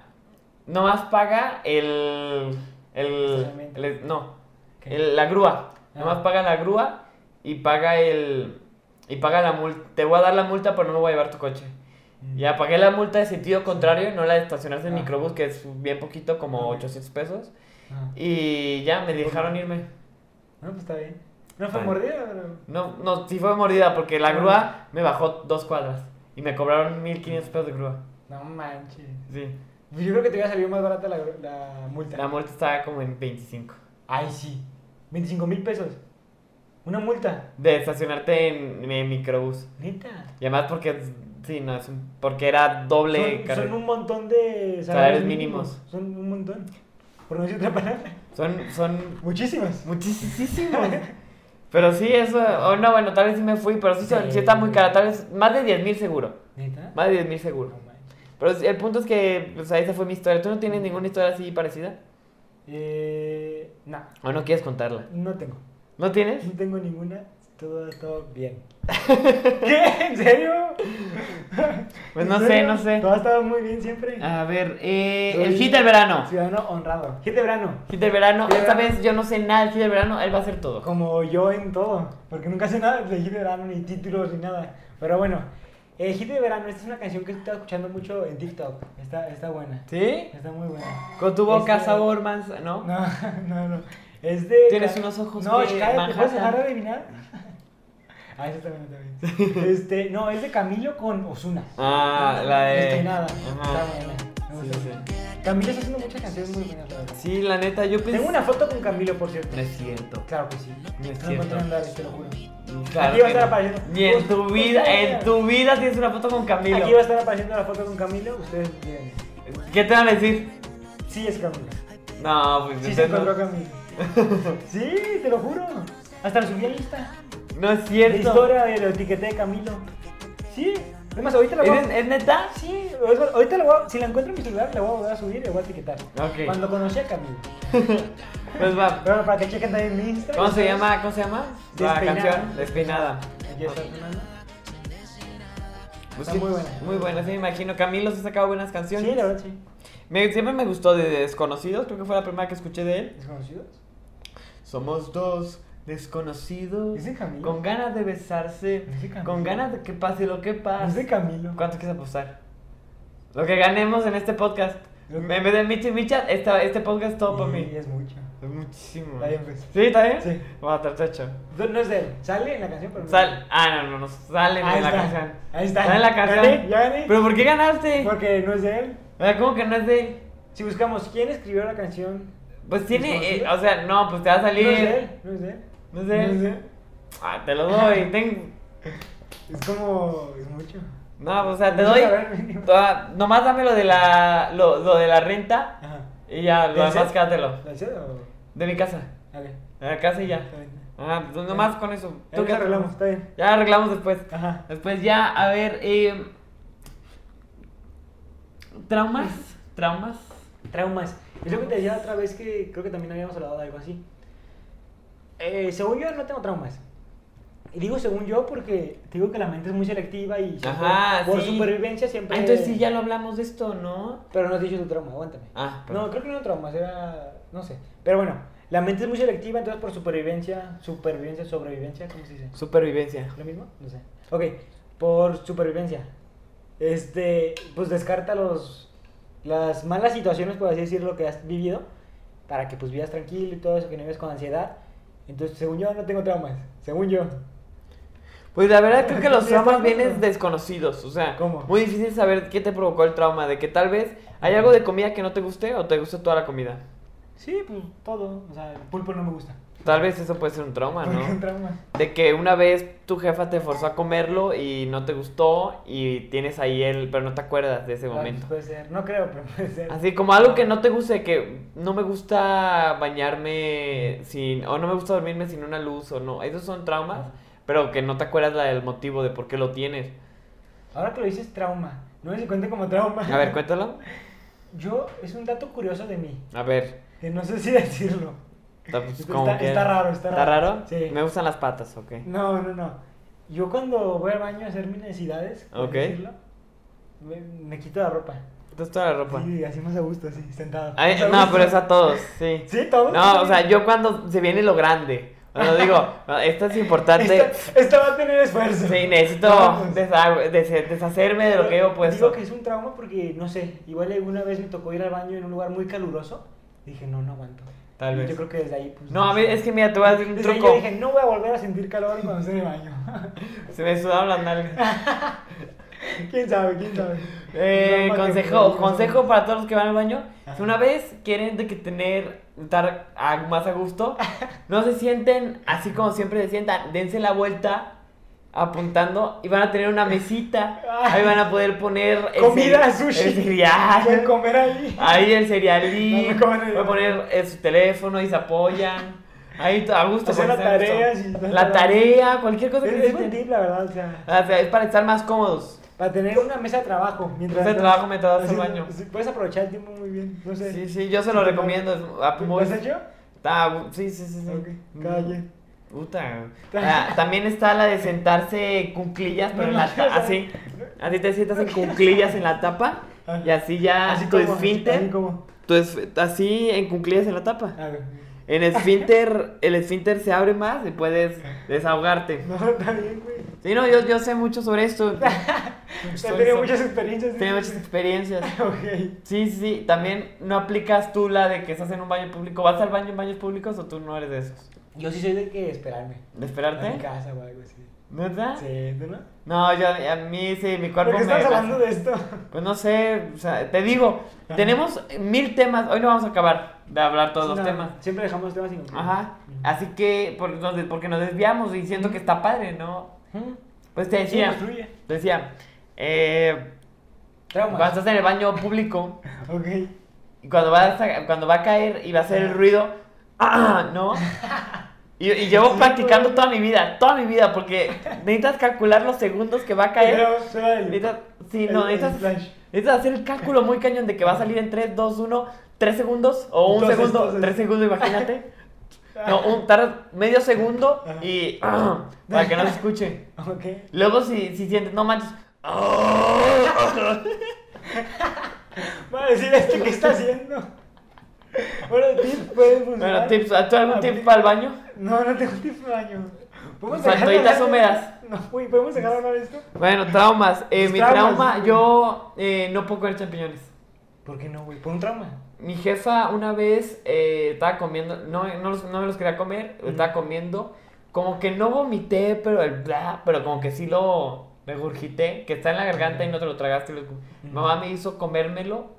[SPEAKER 1] nomás paga el. El.
[SPEAKER 2] Estacionamiento.
[SPEAKER 1] el- no,
[SPEAKER 2] ¿Qué?
[SPEAKER 1] el- la grúa.
[SPEAKER 2] Ah.
[SPEAKER 1] Nomás paga la grúa y paga el. Y paga la multa. Te voy a dar la multa, pero no me voy a llevar tu coche.
[SPEAKER 2] Mm.
[SPEAKER 1] Ya pagué la multa de sentido contrario, no la de estacionarse en
[SPEAKER 2] Ah.
[SPEAKER 1] microbús, que es bien poquito, como
[SPEAKER 2] Ok.
[SPEAKER 1] 800 pesos.
[SPEAKER 2] Ah.
[SPEAKER 1] Y ya me dejaron irme.
[SPEAKER 2] No, pues está bien. No fue
[SPEAKER 1] Vale.
[SPEAKER 2] mordida, pero...
[SPEAKER 1] No, no, sí fue mordida, porque la
[SPEAKER 2] Ah.
[SPEAKER 1] grúa me bajó dos cuadras y me cobraron 1500 pesos de grúa.
[SPEAKER 2] No manches.
[SPEAKER 1] Sí.
[SPEAKER 2] Pues Yo creo que te hubiera salido más barata la, la multa.
[SPEAKER 1] La multa estaba como en 25.
[SPEAKER 2] Ay, sí. 25 mil pesos. Una multa.
[SPEAKER 1] De estacionarte en, en microbús.
[SPEAKER 2] Neta.
[SPEAKER 1] Y además porque, sí, no, es un- porque era doble
[SPEAKER 2] Son,
[SPEAKER 1] carrera.
[SPEAKER 2] son un montón de salarios,
[SPEAKER 1] Salarios
[SPEAKER 2] mínimos.
[SPEAKER 1] mínimos.
[SPEAKER 2] Son un montón. Por no decir otra palabra. [laughs]
[SPEAKER 1] Son, son
[SPEAKER 2] Muchísimas.
[SPEAKER 1] muchísimos. pero sí, eso, oh, no, bueno, tal vez sí me fui, pero sí, son-
[SPEAKER 2] Sí.
[SPEAKER 1] sí está muy cara, tal vez más de 10 mil seguro.
[SPEAKER 2] ¿Neta?
[SPEAKER 1] Más de 10 mil seguro.
[SPEAKER 2] No manches.
[SPEAKER 1] Pero sí, el punto es que, pues ahí esa fue mi historia. ¿Tú no tienes ninguna historia así parecida?
[SPEAKER 2] Eh, no,
[SPEAKER 1] ¿O no quieres contarla?
[SPEAKER 2] no tengo.
[SPEAKER 1] ¿No tienes?
[SPEAKER 2] No tengo ninguna. Todo, todo
[SPEAKER 1] [laughs]
[SPEAKER 2] bien. ¿Qué? ¿En serio?
[SPEAKER 1] Pues
[SPEAKER 2] ¿En
[SPEAKER 1] no sé,
[SPEAKER 2] serio?
[SPEAKER 1] no sé.
[SPEAKER 2] Todo ha estado muy bien siempre.
[SPEAKER 1] A ver, eh,
[SPEAKER 2] Soy
[SPEAKER 1] el hit del verano.
[SPEAKER 2] Ciudadano honrado. Hit de verano.
[SPEAKER 1] Hit del verano,
[SPEAKER 2] Hit del
[SPEAKER 1] esta
[SPEAKER 2] verano.
[SPEAKER 1] vez yo no sé nada del hit del verano, él va a hacer todo.
[SPEAKER 2] Como yo en todo, porque nunca sé nada de hit de verano, ni títulos, ni nada. Pero bueno, eh, hit de verano, esta es una canción que he estado escuchando mucho en TikTok. Está, está buena.
[SPEAKER 1] ¿Sí?
[SPEAKER 2] Está muy buena.
[SPEAKER 1] Con tu boca
[SPEAKER 2] Este-
[SPEAKER 1] sabor manzana, ¿no?
[SPEAKER 2] No, [laughs] no, no. Es de.
[SPEAKER 1] Tienes unos ojos
[SPEAKER 2] No,
[SPEAKER 1] de
[SPEAKER 2] cállate, ¿puedes dejar de
[SPEAKER 1] Manhattan. [laughs]
[SPEAKER 2] adivinar? Ah, eso también, también. Este, no, es de Camilo con Osuna.
[SPEAKER 1] Ah, la de-
[SPEAKER 2] Despeinada.
[SPEAKER 1] Ajá.
[SPEAKER 2] Está buena. Me gusta
[SPEAKER 1] Sí,
[SPEAKER 2] mucho. Camilo está haciendo muchas canciones muy buenas, la verdad.
[SPEAKER 1] Sí, la neta, yo pensé...
[SPEAKER 2] Tengo una foto con Camilo, por cierto.
[SPEAKER 1] No es cierto.
[SPEAKER 2] Claro que sí.
[SPEAKER 1] No es
[SPEAKER 2] No encontré
[SPEAKER 1] cierto.
[SPEAKER 2] en Lares, te lo juro.
[SPEAKER 1] Claro
[SPEAKER 2] Aquí va a
[SPEAKER 1] que
[SPEAKER 2] estar
[SPEAKER 1] no.
[SPEAKER 2] apareciendo.
[SPEAKER 1] Ni en tu
[SPEAKER 2] Ustedes-
[SPEAKER 1] vida, en tu vida tienes una foto con Camilo.
[SPEAKER 2] Aquí va a estar apareciendo la foto con Camilo, ustedes miren.
[SPEAKER 1] ¿Qué te van a decir?
[SPEAKER 2] Sí es Camilo.
[SPEAKER 1] No, pues
[SPEAKER 2] Sí se
[SPEAKER 1] entonces
[SPEAKER 2] encontró
[SPEAKER 1] no,
[SPEAKER 2] Camilo.
[SPEAKER 1] [laughs]
[SPEAKER 2] sí, te lo juro. Hasta lo subí a Insta.
[SPEAKER 1] no es
[SPEAKER 2] La
[SPEAKER 1] cierto.
[SPEAKER 2] historia de lo etiqueté de Camilo. Sí. Es más, ahorita la voy
[SPEAKER 1] ¿Es,
[SPEAKER 2] a...
[SPEAKER 1] es neta?
[SPEAKER 2] Sí, es más, ahorita le voy a- si la encuentro en mi celular, la voy a volver a subir y la voy a etiquetar.
[SPEAKER 1] Ok.
[SPEAKER 2] Cuando conocí a Camilo.
[SPEAKER 1] Pues va.
[SPEAKER 2] Pero para que chequen también mi Instagram.
[SPEAKER 1] ¿Cómo se llama? ¿Cómo se llama? La
[SPEAKER 2] Despeinada.
[SPEAKER 1] canción Despeinada.
[SPEAKER 2] Aquí está Fernando.
[SPEAKER 1] Pues
[SPEAKER 2] Está
[SPEAKER 1] sí,
[SPEAKER 2] muy buena.
[SPEAKER 1] Muy buena, sí me imagino. Camilo se sacado buenas canciones.
[SPEAKER 2] Sí, la verdad, sí.
[SPEAKER 1] Me- siempre me gustó de Desconocidos, creo que fue la primera que escuché de él.
[SPEAKER 2] ¿Desconocidos?
[SPEAKER 1] Somos dos desconocidos
[SPEAKER 2] ¿Es de Camilo?
[SPEAKER 1] con ganas de Ah, besarse,
[SPEAKER 2] ¿Es de Camilo?
[SPEAKER 1] con ganas de que pase lo que
[SPEAKER 2] No Es de
[SPEAKER 1] pase.
[SPEAKER 2] Camilo.
[SPEAKER 1] ¿Cuánto quieres apostar? Lo que ganemos en este podcast.
[SPEAKER 2] Lo que-
[SPEAKER 1] En vez de Michi Micha, esta- este podcast es todo para
[SPEAKER 2] Y
[SPEAKER 1] mí.
[SPEAKER 2] Es mucho.
[SPEAKER 1] Es muchísimo.
[SPEAKER 2] Está bien, pues.
[SPEAKER 1] ¿Sí? ¿Está bien?
[SPEAKER 2] Sí.
[SPEAKER 1] Va a tratar hecho.
[SPEAKER 2] No no es de él. Sale en la canción, pero no es de él.
[SPEAKER 1] Sal. Ah, no, no, no. Sale
[SPEAKER 2] Ahí
[SPEAKER 1] en la
[SPEAKER 2] está.
[SPEAKER 1] canción.
[SPEAKER 2] Ahí está.
[SPEAKER 1] Sale en la canción.
[SPEAKER 2] Gané, ya gané.
[SPEAKER 1] ¿Pero por qué ganaste?
[SPEAKER 2] Porque no es de él.
[SPEAKER 1] O sea, ¿Cómo que no es de él?
[SPEAKER 2] Si buscamos quién escribió la canción.
[SPEAKER 1] Pues tiene. eh,
[SPEAKER 2] ¿Desconocido?
[SPEAKER 1] o sea, no, pues te va a salir.
[SPEAKER 2] No es de él. No es de él.
[SPEAKER 1] No es de él. Ah, te lo doy. Ten...
[SPEAKER 2] Es como. Es mucho.
[SPEAKER 1] No, o sea, te
[SPEAKER 2] No,
[SPEAKER 1] doy.
[SPEAKER 2] a ver, mínimo.
[SPEAKER 1] Ah, nomás dame lo de la, lo, lo de la renta
[SPEAKER 2] Ajá.
[SPEAKER 1] y ya, lo
[SPEAKER 2] ¿Del
[SPEAKER 1] demás
[SPEAKER 2] set?
[SPEAKER 1] quédatelo.
[SPEAKER 2] ¿La hicieron o.?
[SPEAKER 1] De mi casa.
[SPEAKER 2] Dale.
[SPEAKER 1] De la casa y ya.
[SPEAKER 2] Está bien.
[SPEAKER 1] Ah, pues nomás con eso.
[SPEAKER 2] Ya nos
[SPEAKER 1] qué-
[SPEAKER 2] arreglamos, está bien.
[SPEAKER 1] Ya arreglamos después.
[SPEAKER 2] Ajá.
[SPEAKER 1] Después ya, a ver, eh, traumas, traumas.
[SPEAKER 2] Traumas. Es lo que te decía otra vez que creo que también habíamos hablado de algo así. Eh, según yo, no tengo traumas. Y digo según yo porque te digo que la mente es muy selectiva y siempre,
[SPEAKER 1] Ajá,
[SPEAKER 2] por
[SPEAKER 1] sí.
[SPEAKER 2] supervivencia siempre.
[SPEAKER 1] Ah, entonces sí, ya lo hablamos de esto, ¿no?
[SPEAKER 2] Pero no has dicho tu trauma, aguántame.
[SPEAKER 1] Ah, perdón.
[SPEAKER 2] no, creo que no era traumas, era. No sé. Pero bueno, la mente es muy selectiva, entonces por supervivencia, supervivencia, sobrevivencia, ¿cómo se dice?
[SPEAKER 1] Supervivencia.
[SPEAKER 2] ¿Lo mismo? No sé. Ok, por supervivencia. Este, pues descarta los, las malas situaciones, por así decirlo, que has vivido, para que pues vivas tranquilo y todo eso, que no vives con ansiedad. Entonces, según yo, no tengo traumas. Según yo.
[SPEAKER 1] Pues la verdad creo que los
[SPEAKER 2] Sí,
[SPEAKER 1] traumas
[SPEAKER 2] está bien.
[SPEAKER 1] vienen desconocidos, o sea,
[SPEAKER 2] ¿Cómo?
[SPEAKER 1] muy difícil saber qué te provocó el trauma, de que tal vez hay algo de comida que no te guste o te gusta toda la comida.
[SPEAKER 2] Sí, pues todo. O sea, el pulpo no me gusta.
[SPEAKER 1] Tal vez eso puede ser un trauma,
[SPEAKER 2] Porque un
[SPEAKER 1] ¿no?
[SPEAKER 2] trauma.
[SPEAKER 1] De que una vez tu jefa te forzó a comerlo y no te gustó y tienes ahí el, pero no te acuerdas de ese
[SPEAKER 2] Ah,
[SPEAKER 1] momento.
[SPEAKER 2] Puede ser. No creo, pero puede ser.
[SPEAKER 1] Así como algo que no te guste, que no me gusta bañarme sin, o no me gusta dormirme sin una luz, o no, esos son traumas, pero que no te acuerdas la del motivo de por qué lo tienes.
[SPEAKER 2] Ahora que lo dices, trauma. No sé si cuenta como trauma.
[SPEAKER 1] A ver, cuéntalo.
[SPEAKER 2] Yo, es un dato curioso de mí,
[SPEAKER 1] A ver,
[SPEAKER 2] que no sé si [laughs] decirlo.
[SPEAKER 1] está, pues,
[SPEAKER 2] Está-
[SPEAKER 1] como
[SPEAKER 2] está
[SPEAKER 1] quieras.
[SPEAKER 2] raro, está raro. Sí.
[SPEAKER 1] Me gustan las patas, ok.
[SPEAKER 2] No, no, no. Yo cuando voy al baño a hacer mis necesidades, por
[SPEAKER 1] Ok.
[SPEAKER 2] decirlo, me, me quito la ropa.
[SPEAKER 1] Entonces toda la ropa.
[SPEAKER 2] Sí, así más a gusto, así, sentado.
[SPEAKER 1] Ay,
[SPEAKER 2] Más a
[SPEAKER 1] no,
[SPEAKER 2] gusto.
[SPEAKER 1] pero es a todos, sí.
[SPEAKER 2] Sí, todo.
[SPEAKER 1] No, o sea, yo cuando se viene lo grande, cuando digo, "No, esto es importante,
[SPEAKER 2] Esta, esta va a tener esfuerzo. [laughs]
[SPEAKER 1] sí, necesito
[SPEAKER 2] No, pues,
[SPEAKER 1] deshago- des- deshacerme de lo que llevo puesto.
[SPEAKER 2] Digo que es un trauma porque, no sé, igual alguna vez me tocó ir al baño en un lugar muy caluroso. Dije, no, no aguanto.
[SPEAKER 1] Tal
[SPEAKER 2] Y
[SPEAKER 1] vez.
[SPEAKER 2] Yo creo que desde ahí, pues.
[SPEAKER 1] No, a mí es que mira, te voy a decir un
[SPEAKER 2] desde ahí
[SPEAKER 1] truco.
[SPEAKER 2] yo dije, no voy a volver a sentir calor cuando esté en el baño. [laughs]
[SPEAKER 1] Se me sudaron las nalgas.
[SPEAKER 2] ¿Quién sabe? ¿Quién sabe?
[SPEAKER 1] Eh,
[SPEAKER 2] Trauma que-
[SPEAKER 1] consejo, consejo para todos los que van al baño. Si
[SPEAKER 2] Ajá.
[SPEAKER 1] una vez quieren de que tener estar a- más a
[SPEAKER 2] [laughs]
[SPEAKER 1] gusto, no se sienten así como siempre se sientan, dense la vuelta apuntando y van a tener una mesita. Ahí van a poder poner el
[SPEAKER 2] Comida,
[SPEAKER 1] cere-
[SPEAKER 2] sushi.
[SPEAKER 1] el cereal.
[SPEAKER 2] Pueden comer ahí.
[SPEAKER 1] Ahí el cerealín.
[SPEAKER 2] No, no comen ahí.
[SPEAKER 1] Pueden poner eh, su teléfono y se apoyan. Ahí to- a gusto.
[SPEAKER 2] Hacer la
[SPEAKER 1] porque están a
[SPEAKER 2] tarea,
[SPEAKER 1] gusto.
[SPEAKER 2] sí,
[SPEAKER 1] la
[SPEAKER 2] la-
[SPEAKER 1] tarea, cualquier cosa que
[SPEAKER 2] Es, es buen
[SPEAKER 1] necesiten.
[SPEAKER 2] tip, la verdad, o sea,
[SPEAKER 1] O sea, es para estar más cómodos.
[SPEAKER 2] para tener una mesa de trabajo mientras...
[SPEAKER 1] Mesa de trabajo mientras vas al
[SPEAKER 2] Así,
[SPEAKER 1] baño.
[SPEAKER 2] sí, Puedes aprovechar el tiempo muy bien, no sé.
[SPEAKER 1] Sí, sí, yo se lo recomiendo. es a-
[SPEAKER 2] ¿Lo
[SPEAKER 1] muy-
[SPEAKER 2] has hecho?
[SPEAKER 1] está- Ah, sí, sí, sí. sí.
[SPEAKER 2] Ok, cada
[SPEAKER 1] Mm,
[SPEAKER 2] quien.
[SPEAKER 1] puta.
[SPEAKER 2] [laughs]
[SPEAKER 1] Ah, también está la de sentarse cunclillas, pero en la ta- así. Así te sientas en cunclillas en la tapa. Y así ¿eh? ya tu
[SPEAKER 2] como,
[SPEAKER 1] esfínter.
[SPEAKER 2] Ah. Así como... Ah.
[SPEAKER 1] tu esf- así en cunclillas en la tapa.
[SPEAKER 2] A ver.
[SPEAKER 1] En esfínter, el esfínter se abre más y puedes desahogarte.
[SPEAKER 2] No, está bien, güey.
[SPEAKER 1] Sí, no, yo, yo sé mucho sobre
[SPEAKER 2] [laughs]
[SPEAKER 1] esto.
[SPEAKER 2] Usted
[SPEAKER 1] Soy-
[SPEAKER 2] ha tenido
[SPEAKER 1] soy-
[SPEAKER 2] muchas experiencias. ¿sí?
[SPEAKER 1] tengo muchas experiencias.
[SPEAKER 2] Ok.
[SPEAKER 1] Sí, sí, sí. También no aplicas tú la de que estás en un baño público. ¿Vas al baño en baños públicos o tú no eres de esos?
[SPEAKER 2] Yo sí soy de que esperarme.
[SPEAKER 1] ¿De
[SPEAKER 2] A mi
[SPEAKER 1] esperarte?
[SPEAKER 2] casa o algo así.
[SPEAKER 1] ¿Verdad?
[SPEAKER 2] Sí, ¿tú no?
[SPEAKER 1] No, yo a mí sí, mi
[SPEAKER 2] ¿Por
[SPEAKER 1] cuerpo
[SPEAKER 2] qué
[SPEAKER 1] me.
[SPEAKER 2] estamos hablando de esto?
[SPEAKER 1] Pues no sé, o sea, te digo, tenemos mil temas. Hoy no vamos a acabar de hablar todos
[SPEAKER 2] No,
[SPEAKER 1] los temas.
[SPEAKER 2] Siempre dejamos los temas sin concluir.
[SPEAKER 1] Ajá. Ah. Así que, por- nos de- porque nos desviamos y siento que está padre, ¿no?
[SPEAKER 2] Ujú.
[SPEAKER 1] Pues te
[SPEAKER 2] Sí,
[SPEAKER 1] decía,
[SPEAKER 2] influye.
[SPEAKER 1] te decía, eh, cuando
[SPEAKER 2] Traumas.
[SPEAKER 1] estás en el baño público,
[SPEAKER 2] Ok.
[SPEAKER 1] Y cuando va a, sa- cuando va a caer y va a hacer el ruido, [clears throat] ¡ah! ¿no? Y, y llevo
[SPEAKER 2] Sí,
[SPEAKER 1] practicando
[SPEAKER 2] güey.
[SPEAKER 1] toda mi vida, toda mi vida, porque necesitas calcular los segundos que va a caer.
[SPEAKER 2] Pero suena el-
[SPEAKER 1] Necesitas, sí,
[SPEAKER 2] el-
[SPEAKER 1] no,
[SPEAKER 2] el
[SPEAKER 1] necesitas,
[SPEAKER 2] flash.
[SPEAKER 1] Es hacer el cálculo muy cañón de que va a salir en 3, 2, 1, 3 segundos o un
[SPEAKER 2] Entonces,
[SPEAKER 1] segundo,
[SPEAKER 2] entonces.
[SPEAKER 1] 3 segundos, imagínate. No, un tarda medio segundo
[SPEAKER 2] Ajá.
[SPEAKER 1] y ah, para que no se escuche.
[SPEAKER 2] Ah, Ok.
[SPEAKER 1] Luego si, si sientes, no
[SPEAKER 2] [laughs]
[SPEAKER 1] manches.
[SPEAKER 2] Va a decir este que está haciendo. Bueno, tips pueden funcionar.
[SPEAKER 1] Bueno, tips, ¿tú algún
[SPEAKER 2] A
[SPEAKER 1] tip
[SPEAKER 2] mí-
[SPEAKER 1] para el baño?
[SPEAKER 2] No, no tengo tips para baño. ¿Podemos
[SPEAKER 1] Son
[SPEAKER 2] dejar de
[SPEAKER 1] toallitas
[SPEAKER 2] hablar de-
[SPEAKER 1] húmedas.
[SPEAKER 2] No, uy, ¿podemos dejar de hablar de esto?
[SPEAKER 1] Bueno, traumas. Eh,
[SPEAKER 2] Mis
[SPEAKER 1] mi
[SPEAKER 2] traumas.
[SPEAKER 1] trauma, yo eh, no puedo comer champiñones.
[SPEAKER 2] ¿Por qué no, güey? Por un trauma.
[SPEAKER 1] Mi jefa una vez eh, estaba comiendo, no, no, los- no me los quería comer, estaba comiendo, como que no vomité, pero el bla, pero como que sí lo regurgité, que está en la garganta y no te lo tragaste. y lo- Mamá me hizo comérmelo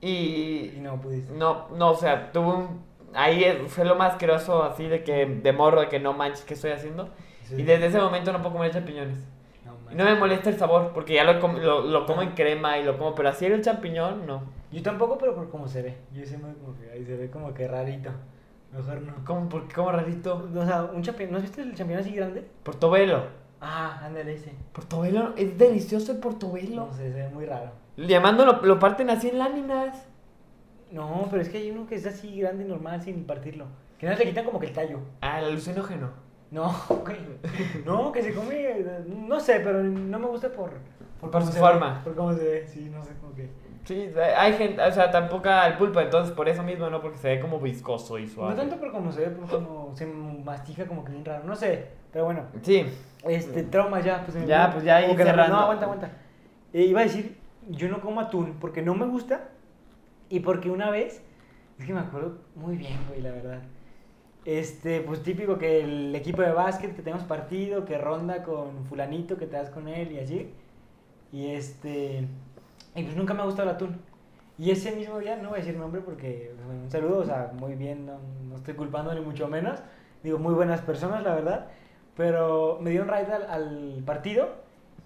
[SPEAKER 2] Y
[SPEAKER 1] y
[SPEAKER 2] no pues, pudiste.
[SPEAKER 1] no, no, o sea, tuve un... Ahí es- fue lo más asqueroso así de que de morro, de que no manches, ¿qué estoy haciendo?
[SPEAKER 2] Sí.
[SPEAKER 1] Y desde ese momento no puedo comer champiñones.
[SPEAKER 2] No, man.
[SPEAKER 1] Y No me molesta el sabor, porque ya lo, com- lo, lo como en
[SPEAKER 2] Ah.
[SPEAKER 1] crema y lo como, pero así era el champiñón, no.
[SPEAKER 2] Yo tampoco, pero por cómo se ve. Yo se me como que ahí se ve como que rarito. Mejor no.
[SPEAKER 1] Como, porque como rarito.
[SPEAKER 2] O sea, un champiñón. ¿No has visto el champiñón así grande?
[SPEAKER 1] Portobelo.
[SPEAKER 2] Ah, ándale ese.
[SPEAKER 1] Portobelo, es delicioso el portobelo.
[SPEAKER 2] No sé, se ve muy raro.
[SPEAKER 1] Llamándolo, lo parten así en láminas.
[SPEAKER 2] No, pero es que hay uno que es así grande y normal sin partirlo. Que no le quitan como que el tallo.
[SPEAKER 1] Ah, el alucinógeno.
[SPEAKER 2] No, [laughs] güey. No, que se come. eh, No sé, pero no me gusta por.
[SPEAKER 1] Por
[SPEAKER 2] cómo
[SPEAKER 1] su
[SPEAKER 2] se
[SPEAKER 1] forma.
[SPEAKER 2] ve, por cómo se ve, sí, no sé cómo que.
[SPEAKER 1] Sí, hay gente, o sea, tampoco al pulpo, entonces por eso mismo, ¿no? Porque se ve como viscoso y suave.
[SPEAKER 2] No tanto por cómo se ve, por cómo se mastica como que bien raro. No sé, pero bueno.
[SPEAKER 1] Sí,
[SPEAKER 2] Este, trauma ya, pues. se me
[SPEAKER 1] Mm. Ya,
[SPEAKER 2] fue.
[SPEAKER 1] pues, ya ahí
[SPEAKER 2] Como que de-
[SPEAKER 1] cerrando.
[SPEAKER 2] No, aguanta, aguanta. Eh, iba a decir, yo no como atún porque no me gusta y porque una vez, es que me acuerdo muy bien, güey, la verdad. Este, pues típico que el equipo de básquet que tenemos partido, que ronda con fulanito, que te das con él y así. Y este, y pues nunca me ha gustado el atún. Y ese mismo día, no voy a decir nombre porque, bueno, un saludo, o sea, muy bien, no, no estoy culpando ni mucho menos. Digo, muy buenas personas, la verdad. Pero me dieron raid al, al partido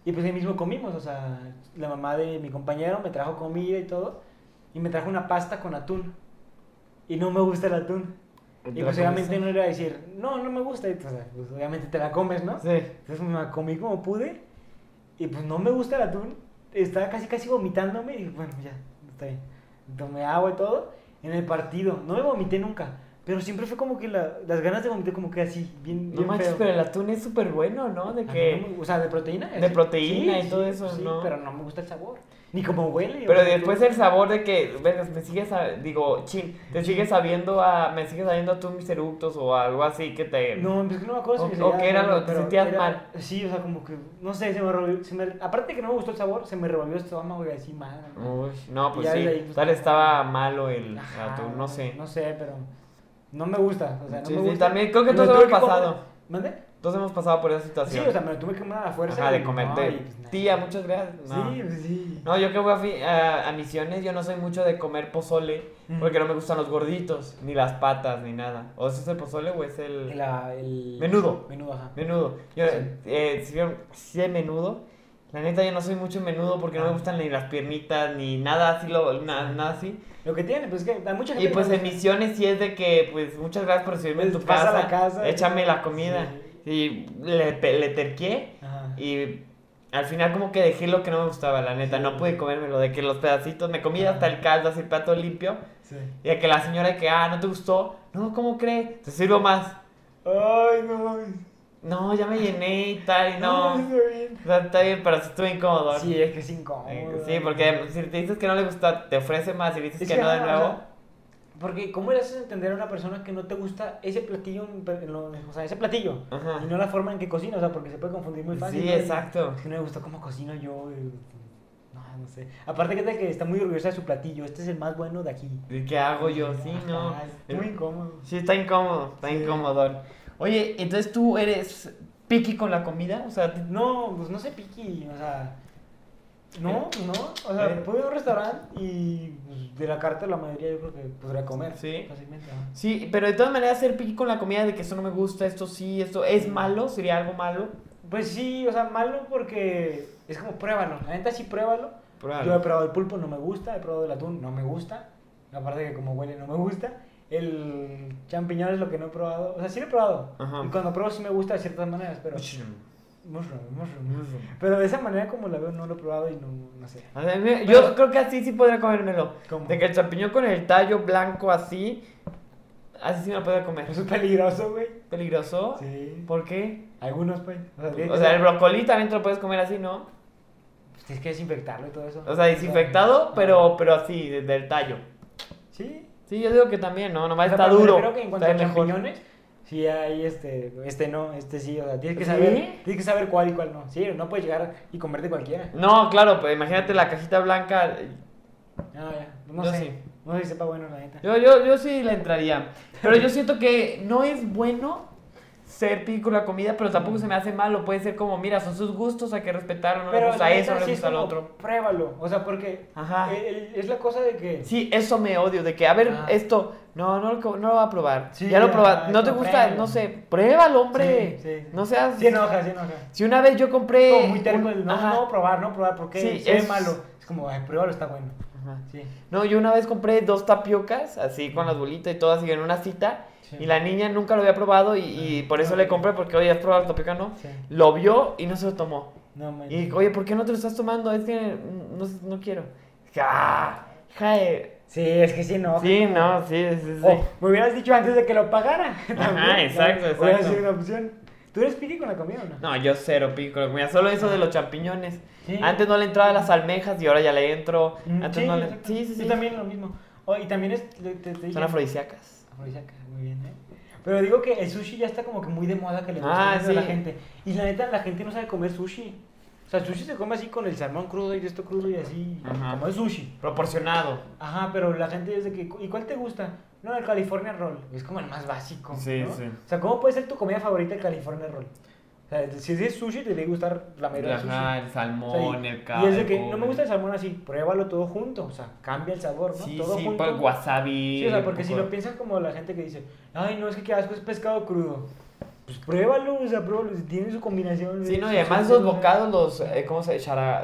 [SPEAKER 2] y pues ahí mismo comimos, o sea, la mamá de mi compañero me trajo comida y todo. Y me trajo una pasta con atún. Y no me gusta el atún. Y pues
[SPEAKER 1] ¿Te la comiste?
[SPEAKER 2] obviamente no le iba a decir, no, no me gusta. Y pues, o sea, pues, obviamente te la comes, ¿no?
[SPEAKER 1] Sí.
[SPEAKER 2] Entonces me la comí como pude. Y pues no me gusta el atún. Estaba casi casi vomitándome. Y bueno, ya, está bien. Tomé agua y todo. En el partido. No me vomité nunca. Pero siempre fue como que la- las ganas de vomitar como que así, bien,
[SPEAKER 1] No
[SPEAKER 2] bien
[SPEAKER 1] manches,
[SPEAKER 2] feo.
[SPEAKER 1] pero el atún es súper bueno, ¿no? De
[SPEAKER 2] A mí
[SPEAKER 1] que...
[SPEAKER 2] Ah, no me- o sea, de proteína.
[SPEAKER 1] De proteína y todo eso,
[SPEAKER 2] sí,
[SPEAKER 1] ¿no?
[SPEAKER 2] pero no me gusta el sabor. Ni como huele.
[SPEAKER 1] Pero
[SPEAKER 2] o sea,
[SPEAKER 1] después el sabor de que, vergas, me sigue sab- digo, chin, te sigue sabiendo a, me sigue sabiendo a tú mis eructos o algo así que te...
[SPEAKER 2] No, pues, es que no me acuerdo si me
[SPEAKER 1] O- o
[SPEAKER 2] sabía
[SPEAKER 1] que era
[SPEAKER 2] algo,
[SPEAKER 1] lo que
[SPEAKER 2] pero
[SPEAKER 1] sentías mal.
[SPEAKER 2] Sí, o sea, como que, no sé, se me revolvió. se me- aparte que no me gustó el sabor, se me revolvió el estómago y así mal.
[SPEAKER 1] Uy, no, pues
[SPEAKER 2] Ya
[SPEAKER 1] sí,
[SPEAKER 2] de ahí, pues,
[SPEAKER 1] tal estaba malo el
[SPEAKER 2] Ajá,
[SPEAKER 1] atún, no sé.
[SPEAKER 2] No sé, pero no me gusta. O sea, no
[SPEAKER 1] Sí,
[SPEAKER 2] me
[SPEAKER 1] sí,
[SPEAKER 2] gusta.
[SPEAKER 1] también creo que
[SPEAKER 2] Y me
[SPEAKER 1] todos
[SPEAKER 2] tuve
[SPEAKER 1] hemos
[SPEAKER 2] comer-
[SPEAKER 1] pasado.
[SPEAKER 2] ¿Mande?
[SPEAKER 1] Todos hemos pasado por esa
[SPEAKER 2] Sí,
[SPEAKER 1] situación.
[SPEAKER 2] o sea, me lo tuve que comer a la fuerza.
[SPEAKER 1] Ajá,
[SPEAKER 2] y-
[SPEAKER 1] de comerte.
[SPEAKER 2] no, y pues, nada.
[SPEAKER 1] Tía, muchas gracias. No.
[SPEAKER 2] Sí, pues, sí.
[SPEAKER 1] No, yo que voy a, fi- a- a misiones, yo no soy mucho de comer pozole,
[SPEAKER 2] Ujú.
[SPEAKER 1] porque no me gustan los gorditos, ni las patas, ni nada. O es el pozole o es el...
[SPEAKER 2] La- el-
[SPEAKER 1] Menudo.
[SPEAKER 2] Menudo, ajá.
[SPEAKER 1] Menudo. Yo,
[SPEAKER 2] Sí.
[SPEAKER 1] eh, si vieron, sí de menudo. La neta, yo no soy mucho menudo porque no
[SPEAKER 2] Ah.
[SPEAKER 1] me gustan ni las piernitas, ni nada así, lo, na- nada
[SPEAKER 2] [laughs]
[SPEAKER 1] así.
[SPEAKER 2] Lo que tiene, pues es que hay mucha gente.
[SPEAKER 1] Y pues
[SPEAKER 2] que-
[SPEAKER 1] en misiones sí es de que, pues, muchas gracias por recibirme en
[SPEAKER 2] Pues,
[SPEAKER 1] tu
[SPEAKER 2] vas
[SPEAKER 1] casa.
[SPEAKER 2] a la casa.
[SPEAKER 1] Échame la comida. Y le, pe- le terqué
[SPEAKER 2] Ajá.
[SPEAKER 1] y al final como que dejé lo que no me gustaba, la neta. No pude comérmelo, de que los pedacitos, me comí hasta el caldo, así el plato limpio.
[SPEAKER 2] Sí.
[SPEAKER 1] Y de que la señora de que, ah, no te gustó. No, ¿cómo crees? Te sirvo más.
[SPEAKER 2] Ay, no mames.
[SPEAKER 1] No, ya me llené y tal, y
[SPEAKER 2] No,
[SPEAKER 1] no.
[SPEAKER 2] [laughs] está bien.
[SPEAKER 1] O sea, Está bien, pero sí estuvo incómodo.
[SPEAKER 2] Sí, es que es
[SPEAKER 1] Eh,
[SPEAKER 2] incómodo.
[SPEAKER 1] Sí, porque si te dices que no le gusta, te ofrece más y dices
[SPEAKER 2] Es
[SPEAKER 1] que, no de
[SPEAKER 2] ajá, o
[SPEAKER 1] nuevo.
[SPEAKER 2] sea, porque, ¿cómo le haces entender a una persona que no te gusta ese platillo, en per- en lo- o sea, ese platillo?
[SPEAKER 1] Ajá.
[SPEAKER 2] Y no la forma en que cocina, o sea, porque se puede confundir muy fácil.
[SPEAKER 1] Sí,
[SPEAKER 2] ¿no? Y,
[SPEAKER 1] exacto.
[SPEAKER 2] Es que no me gustó cómo cocino yo. eh, No, no sé. Aparte que, tal que está muy orgullosa de su platillo, este es el más bueno de aquí.
[SPEAKER 1] ¿Y ¿Qué hago yo? Sí, no.
[SPEAKER 2] Ajá, es muy incómodo.
[SPEAKER 1] Sí, está incómodo, está
[SPEAKER 2] Sí.
[SPEAKER 1] incómodo. Oye, entonces tú eres picky con la comida, o sea, te-
[SPEAKER 2] No, pues no sé piqui, o sea... No, no,
[SPEAKER 1] Eh.
[SPEAKER 2] o sea, puedo ir a un restaurante y pues, de la carta la mayoría yo creo que podría comer.
[SPEAKER 1] Sí.
[SPEAKER 2] Fácilmente, ajá.
[SPEAKER 1] sí, pero de todas maneras ser picky con la comida de que eso no me gusta, esto sí, esto
[SPEAKER 2] Mm.
[SPEAKER 1] es malo, sería algo malo.
[SPEAKER 2] Pues sí, o sea, malo porque es como pruébalo. La neta sí pruébalo.
[SPEAKER 1] Pruébalo.
[SPEAKER 2] Yo he probado el pulpo, no me gusta. He probado el atún, no me gusta. Aparte que como huele, no me gusta. El champiñón es lo que no he probado. O sea, sí lo he probado.
[SPEAKER 1] Ajá.
[SPEAKER 2] Y cuando pruebo sí me gusta de ciertas maneras, pero Mushroom, mushroom. Pero de esa manera como la veo, no lo he probado y no, no sé.
[SPEAKER 1] O sea, a mí me- yo creo que así sí podría comérmelo.
[SPEAKER 2] ¿Cómo?
[SPEAKER 1] De que el champiñón con el tallo blanco así, así sí me lo podría comer.
[SPEAKER 2] Eso es [laughs] peligroso, güey.
[SPEAKER 1] [laughs] ¿Peligroso?
[SPEAKER 2] Sí.
[SPEAKER 1] ¿Por qué?
[SPEAKER 2] Algunos, pues. tiene
[SPEAKER 1] O
[SPEAKER 2] que
[SPEAKER 1] sea, el
[SPEAKER 2] ser-
[SPEAKER 1] brócoli también te lo puedes comer así, ¿no?
[SPEAKER 2] pues, tienes que desinfectarlo y todo eso.
[SPEAKER 1] O sea, desinfectado, pero, pero así, desde el tallo.
[SPEAKER 2] Sí.
[SPEAKER 1] Sí, yo digo que también, ¿no? Nomás
[SPEAKER 2] O sea,
[SPEAKER 1] está
[SPEAKER 2] pero me
[SPEAKER 1] duro.
[SPEAKER 2] refiero que en cuanto
[SPEAKER 1] está
[SPEAKER 2] a
[SPEAKER 1] mejor.
[SPEAKER 2] champiñones, sí hay este, este no, este sí, o sea, tienes que
[SPEAKER 1] ¿Sí?
[SPEAKER 2] saber, tienes que saber cuál y cuál no. Sí, no puedes llegar y comerte cualquiera.
[SPEAKER 1] No, claro, pero imagínate la cajita blanca.
[SPEAKER 2] No, Ah, ya, no,
[SPEAKER 1] Yo
[SPEAKER 2] sé.
[SPEAKER 1] sí.
[SPEAKER 2] No sé si sepa bueno la neta.
[SPEAKER 1] Yo, yo, yo sí le entraría. Pero yo siento que no es bueno ser pico la comida, pero tampoco se me hace malo. Puede ser como, mira, son sus gustos, hay que respetarlo, no le
[SPEAKER 2] Pero
[SPEAKER 1] gusta
[SPEAKER 2] la
[SPEAKER 1] eso,
[SPEAKER 2] neta
[SPEAKER 1] no
[SPEAKER 2] sí
[SPEAKER 1] le
[SPEAKER 2] es
[SPEAKER 1] gusta lo
[SPEAKER 2] como,
[SPEAKER 1] otro.
[SPEAKER 2] Pruébalo, o sea, porque
[SPEAKER 1] Ajá.
[SPEAKER 2] el- el- es la cosa de que
[SPEAKER 1] Sí, eso me odio, de que, a ver,
[SPEAKER 2] Ah.
[SPEAKER 1] esto, no, no, lo co- no lo va a probar.
[SPEAKER 2] Sí,
[SPEAKER 1] ya lo proba,
[SPEAKER 2] ajá,
[SPEAKER 1] no te
[SPEAKER 2] no,
[SPEAKER 1] gusta,
[SPEAKER 2] pruébalo.
[SPEAKER 1] no sé, pruébalo, hombre.
[SPEAKER 2] Sí, sí, sí.
[SPEAKER 1] No seas...
[SPEAKER 2] sí enoja, sí enoja.
[SPEAKER 1] Si una vez yo compré...
[SPEAKER 2] Como muy terco,
[SPEAKER 1] Eh, un-
[SPEAKER 2] el no,
[SPEAKER 1] ajá.
[SPEAKER 2] no probar, no probar, porque
[SPEAKER 1] Sí,
[SPEAKER 2] soy
[SPEAKER 1] es-
[SPEAKER 2] malo. Es como, ay, pruébalo, está bueno.
[SPEAKER 1] Ajá.
[SPEAKER 2] Sí.
[SPEAKER 1] No, yo una vez compré dos tapiocas, así con las bolitas y todo, así en una cita.
[SPEAKER 2] Sí. Ah,
[SPEAKER 1] Y la niña nunca lo había probado y, y por eso le compré, porque oye, has probado la tapioca, ¿no?
[SPEAKER 2] Sí.
[SPEAKER 1] Lo vio y no se lo tomó.
[SPEAKER 2] No me.
[SPEAKER 1] Y dije, oye, ¿por qué no te lo estás tomando? Es que no, no quiero. Es que, ah, hija de-
[SPEAKER 2] Sí, es que sí enoja.
[SPEAKER 1] Sí, no, sí, sí, sí.
[SPEAKER 2] O me hubieras dicho antes de que lo pagara. [laughs]
[SPEAKER 1] Ajá, exacto,
[SPEAKER 2] ¿no? Hubiera
[SPEAKER 1] exacto.
[SPEAKER 2] sido una opción. ¿Tú eres piqui con la comida o no?
[SPEAKER 1] No, yo cero pico con la comida, solo eso de los champiñones.
[SPEAKER 2] Sí.
[SPEAKER 1] Antes no le entraba las almejas y ahora ya le entro.
[SPEAKER 2] Mm,
[SPEAKER 1] Antes no le...
[SPEAKER 2] exacto.
[SPEAKER 1] Sí, sí, sí.
[SPEAKER 2] Yo también lo mismo. Oh, y también es. te- te- te dije-
[SPEAKER 1] Son afrodisíacas.
[SPEAKER 2] Afrodisíaca, muy bien, ¿eh? Pero digo que el sushi ya está como que muy de moda que le
[SPEAKER 1] Ah,
[SPEAKER 2] gusta mucho a la
[SPEAKER 1] sí.
[SPEAKER 2] gente. Y la neta, la gente no sabe comer sushi. O sea, el sushi se come así con el salmón crudo y de esto crudo y así.
[SPEAKER 1] Ajá.
[SPEAKER 2] Como el sushi.
[SPEAKER 1] Proporcionado.
[SPEAKER 2] Ajá, pero la gente dice que, ¿y cuál te gusta? No, el California Roll. Es como el más básico.
[SPEAKER 1] Sí,
[SPEAKER 2] ¿no?
[SPEAKER 1] sí.
[SPEAKER 2] O sea, ¿cómo puede ser tu comida favorita el California Roll? O sea, si es de sushi, te debe gustar la mayoría de sushi.
[SPEAKER 1] Ajá, el
[SPEAKER 2] O sea, y-
[SPEAKER 1] salmón, el
[SPEAKER 2] Y
[SPEAKER 1] cabo.
[SPEAKER 2] es de que no me gusta el salmón así, pruébalo todo junto. O sea, cambia el sabor, ¿no?
[SPEAKER 1] Sí,
[SPEAKER 2] todo
[SPEAKER 1] sí,
[SPEAKER 2] junto.
[SPEAKER 1] por wasabi.
[SPEAKER 2] Sí, o sea,
[SPEAKER 1] un
[SPEAKER 2] porque si
[SPEAKER 1] poco-
[SPEAKER 2] lo piensas como la gente que dice, ay, no, es que qué asco es pescado crudo. Pues pruébalo, o sea, pruébalo, si tiene su combinación.
[SPEAKER 1] Sí, no,
[SPEAKER 2] sus
[SPEAKER 1] y además
[SPEAKER 2] cosas,
[SPEAKER 1] los bocados, los. eh, ¿Cómo se llama?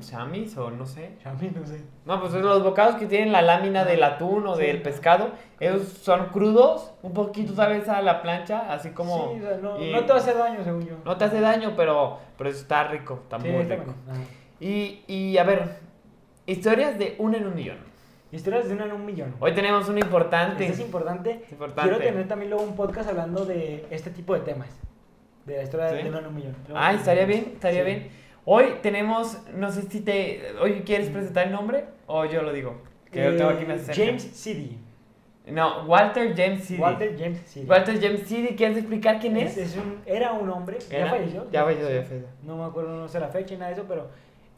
[SPEAKER 1] Shamis o no sé.
[SPEAKER 2] A mí no sé.
[SPEAKER 1] No, pues los bocados que tienen la lámina del atún o
[SPEAKER 2] Sí.
[SPEAKER 1] del pescado, ellos son crudos, un poquito, ¿sabes? A la plancha, así como.
[SPEAKER 2] Sí, o sea, no,
[SPEAKER 1] y-
[SPEAKER 2] no te va a hacer daño, según yo.
[SPEAKER 1] no te hace daño, pero, pero está rico, está
[SPEAKER 2] Sí,
[SPEAKER 1] muy
[SPEAKER 2] está
[SPEAKER 1] rico.
[SPEAKER 2] bueno. Ajá.
[SPEAKER 1] Y, y a ver, historias de uno en un millón.
[SPEAKER 2] Historias de una en un millón.
[SPEAKER 1] Hoy tenemos una importante.
[SPEAKER 2] Este es importante.
[SPEAKER 1] Es importante.
[SPEAKER 2] Quiero tener también luego un podcast hablando de este tipo de temas. De la historia
[SPEAKER 1] ¿Sí?
[SPEAKER 2] de una en un millón. Luego
[SPEAKER 1] Ah, estaría
[SPEAKER 2] tenemos-
[SPEAKER 1] bien, estaría
[SPEAKER 2] sí.
[SPEAKER 1] bien. Hoy tenemos, no sé si te, hoy quieres presentar el nombre o yo lo digo. Que yo tengo aquí
[SPEAKER 2] Mm.
[SPEAKER 1] me
[SPEAKER 2] Eh,
[SPEAKER 1] acerca.
[SPEAKER 2] James City.
[SPEAKER 1] No, Walter James City. Walter,
[SPEAKER 2] Walter James City.
[SPEAKER 1] James City, ¿quieres explicar quién es?
[SPEAKER 2] Es un, era un hombre.
[SPEAKER 1] Era-
[SPEAKER 2] Ya falleció.
[SPEAKER 1] Ya falleció, ya falleció.
[SPEAKER 2] No me acuerdo, no sé la fecha y nada de eso, pero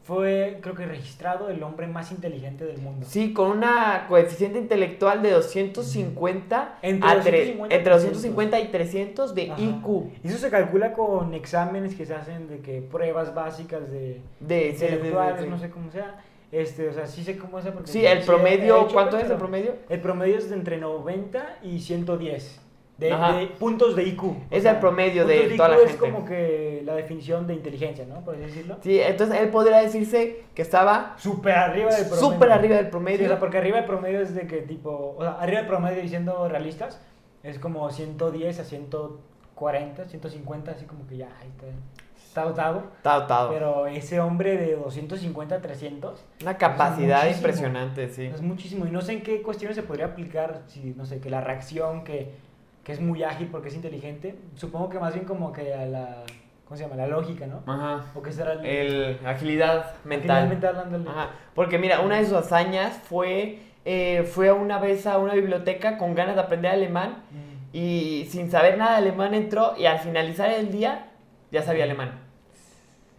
[SPEAKER 2] fue, creo que registrado el hombre más inteligente del mundo.
[SPEAKER 1] Sí, con una coeficiente intelectual de 250
[SPEAKER 2] Entre
[SPEAKER 1] a
[SPEAKER 2] 250
[SPEAKER 1] tre- entre 250 y 300 de
[SPEAKER 2] Ajá.
[SPEAKER 1] IQ.
[SPEAKER 2] Y eso se calcula con exámenes que se hacen de que pruebas básicas de
[SPEAKER 1] De, de- de- de-
[SPEAKER 2] intelectuales,
[SPEAKER 1] de-
[SPEAKER 2] no sé cómo sea. Este, o sea, sí sé cómo sea porque
[SPEAKER 1] Sí, el
[SPEAKER 2] he
[SPEAKER 1] promedio,
[SPEAKER 2] hecho,
[SPEAKER 1] ¿cuánto
[SPEAKER 2] pues,
[SPEAKER 1] es el
[SPEAKER 2] pero-
[SPEAKER 1] promedio?
[SPEAKER 2] El promedio es de entre 90 y 110 de,
[SPEAKER 1] Ajá.
[SPEAKER 2] de puntos de IQ. o
[SPEAKER 1] Es
[SPEAKER 2] sea,
[SPEAKER 1] el promedio de
[SPEAKER 2] puntos
[SPEAKER 1] toda la
[SPEAKER 2] IQ
[SPEAKER 1] gente.
[SPEAKER 2] Es como que la definición de inteligencia, ¿no? Por así decirlo.
[SPEAKER 1] Sí, entonces él podría decirse que estaba
[SPEAKER 2] Súper arriba del promedio.
[SPEAKER 1] súper arriba del
[SPEAKER 2] Sí, o
[SPEAKER 1] promedio.
[SPEAKER 2] sea, porque arriba del promedio es de que tipo, o sea, arriba del promedio diciendo realistas, es como 110 a 140, 150, así como que ya, ahí está, está dotado.
[SPEAKER 1] Está dotado.
[SPEAKER 2] Pero ese hombre de 250 a 300
[SPEAKER 1] Una capacidad
[SPEAKER 2] muchísimo.
[SPEAKER 1] impresionante, sí.
[SPEAKER 2] es muchísimo y no sé en qué cuestiones se podría aplicar, si no sé, que la reacción, que, que es muy ágil porque es inteligente, supongo que más bien como que a la, ¿cómo se llama? La lógica, ¿no?
[SPEAKER 1] Ajá.
[SPEAKER 2] O que será el,
[SPEAKER 1] Ah. El agilidad mental. Ah.
[SPEAKER 2] mental. mental ándale.
[SPEAKER 1] Ajá. Porque mira, una de sus hazañas fue eh, fue una vez a una biblioteca con ganas de aprender alemán
[SPEAKER 2] Mm.
[SPEAKER 1] y sin saber nada de alemán entró y al finalizar el día ya sabía alemán.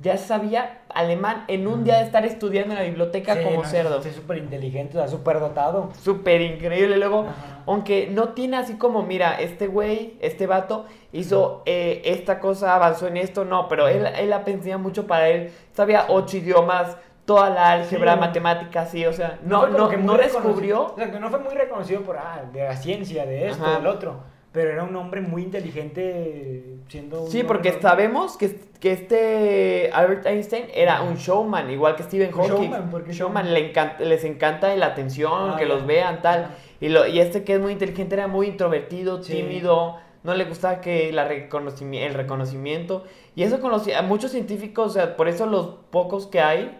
[SPEAKER 1] Ya sabía alemán en un día de estar estudiando en la biblioteca
[SPEAKER 2] Sí,
[SPEAKER 1] como
[SPEAKER 2] no,
[SPEAKER 1] cerdo.
[SPEAKER 2] Es súper inteligente, o sea, súper dotado.
[SPEAKER 1] Súper increíble. Luego,
[SPEAKER 2] Ajá.
[SPEAKER 1] Aunque no tiene así como, mira, este güey, este vato hizo eh, esta cosa, avanzó en esto, no, pero él, él la pensaba mucho para él, sabía ocho idiomas, toda la álgebra,
[SPEAKER 2] Sí.
[SPEAKER 1] matemáticas, sí, o sea, no,
[SPEAKER 2] fue como
[SPEAKER 1] no,
[SPEAKER 2] que
[SPEAKER 1] no,
[SPEAKER 2] muy reconocido.
[SPEAKER 1] descubrió.
[SPEAKER 2] O sea, que no fue muy reconocido por, ah, de la ciencia, de esto,
[SPEAKER 1] Ajá.
[SPEAKER 2] del otro. Pero era un hombre muy inteligente siendo... un
[SPEAKER 1] Sí, porque
[SPEAKER 2] hombre-
[SPEAKER 1] sabemos que, que este Albert Einstein era un showman, igual que Stephen
[SPEAKER 2] Un
[SPEAKER 1] Hawking.
[SPEAKER 2] showman, ¿por qué
[SPEAKER 1] Showman, le encan- les encanta la atención,
[SPEAKER 2] Ah,
[SPEAKER 1] que
[SPEAKER 2] ya.
[SPEAKER 1] los vean, tal. Y, lo, y este que es muy inteligente era muy introvertido,
[SPEAKER 2] Sí.
[SPEAKER 1] tímido, no le gustaba que la reconocimi- el reconocimiento. Y eso con los, a muchos científicos, o sea, por eso los pocos que hay,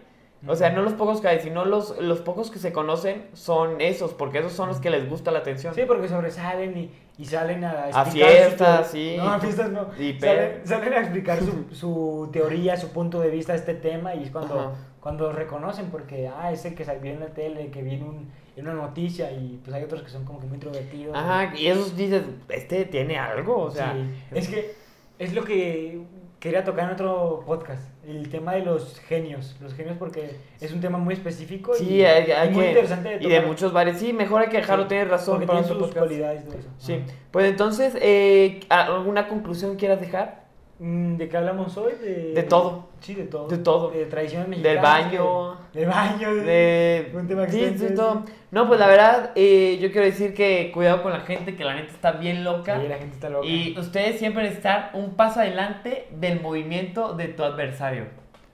[SPEAKER 1] o sea, no los pocos que hay, sino los, los pocos que se conocen son esos, porque esos son los que les gusta la atención.
[SPEAKER 2] Sí, porque sobresalen y, y salen a
[SPEAKER 1] A
[SPEAKER 2] explicar su
[SPEAKER 1] fiestas,
[SPEAKER 2] teo-
[SPEAKER 1] sí.
[SPEAKER 2] No, a fiestas no.
[SPEAKER 1] Y
[SPEAKER 2] salen, salen a explicar
[SPEAKER 1] [laughs]
[SPEAKER 2] su, su teoría, su punto de vista a este tema y es
[SPEAKER 1] Ajá.
[SPEAKER 2] cuando, cuando los reconocen porque, ah, ese que salió en la tele, que viene un, en una noticia y pues hay otros que son como que muy introvertidos.
[SPEAKER 1] Ajá, y esos dices, este tiene algo, o sea.
[SPEAKER 2] Sí, es que es lo que quería tocar en otro podcast, el tema de los genios, los genios porque es un tema muy específico
[SPEAKER 1] Sí,
[SPEAKER 2] y,
[SPEAKER 1] hay,
[SPEAKER 2] y
[SPEAKER 1] hay
[SPEAKER 2] muy
[SPEAKER 1] que-
[SPEAKER 2] interesante de
[SPEAKER 1] y de
[SPEAKER 2] tocar.
[SPEAKER 1] muchos bares. Sí, mejor hay que dejarlo,
[SPEAKER 2] Sí,
[SPEAKER 1] tienes razón.
[SPEAKER 2] porque
[SPEAKER 1] para
[SPEAKER 2] tiene sus
[SPEAKER 1] otro podcast.
[SPEAKER 2] cualidades y todo eso.
[SPEAKER 1] Sí,
[SPEAKER 2] Ajá.
[SPEAKER 1] pues entonces, eh, ¿alguna conclusión quieras dejar?
[SPEAKER 2] Mm, ¿De qué hablamos hoy? De,
[SPEAKER 1] De todo.
[SPEAKER 2] Sí, de todo.
[SPEAKER 1] De todo.
[SPEAKER 2] De tradiciones mexicanas.
[SPEAKER 1] baño.
[SPEAKER 2] de- Del baño. De,
[SPEAKER 1] De...
[SPEAKER 2] Un tema
[SPEAKER 1] sí,
[SPEAKER 2] extenso,
[SPEAKER 1] sí,
[SPEAKER 2] sí.
[SPEAKER 1] todo. No, pues la verdad, eh, yo quiero decir que cuidado con la gente, que la neta está bien loca.
[SPEAKER 2] Sí, la gente está loca.
[SPEAKER 1] Y ustedes siempre estar un paso adelante del movimiento de tu adversario.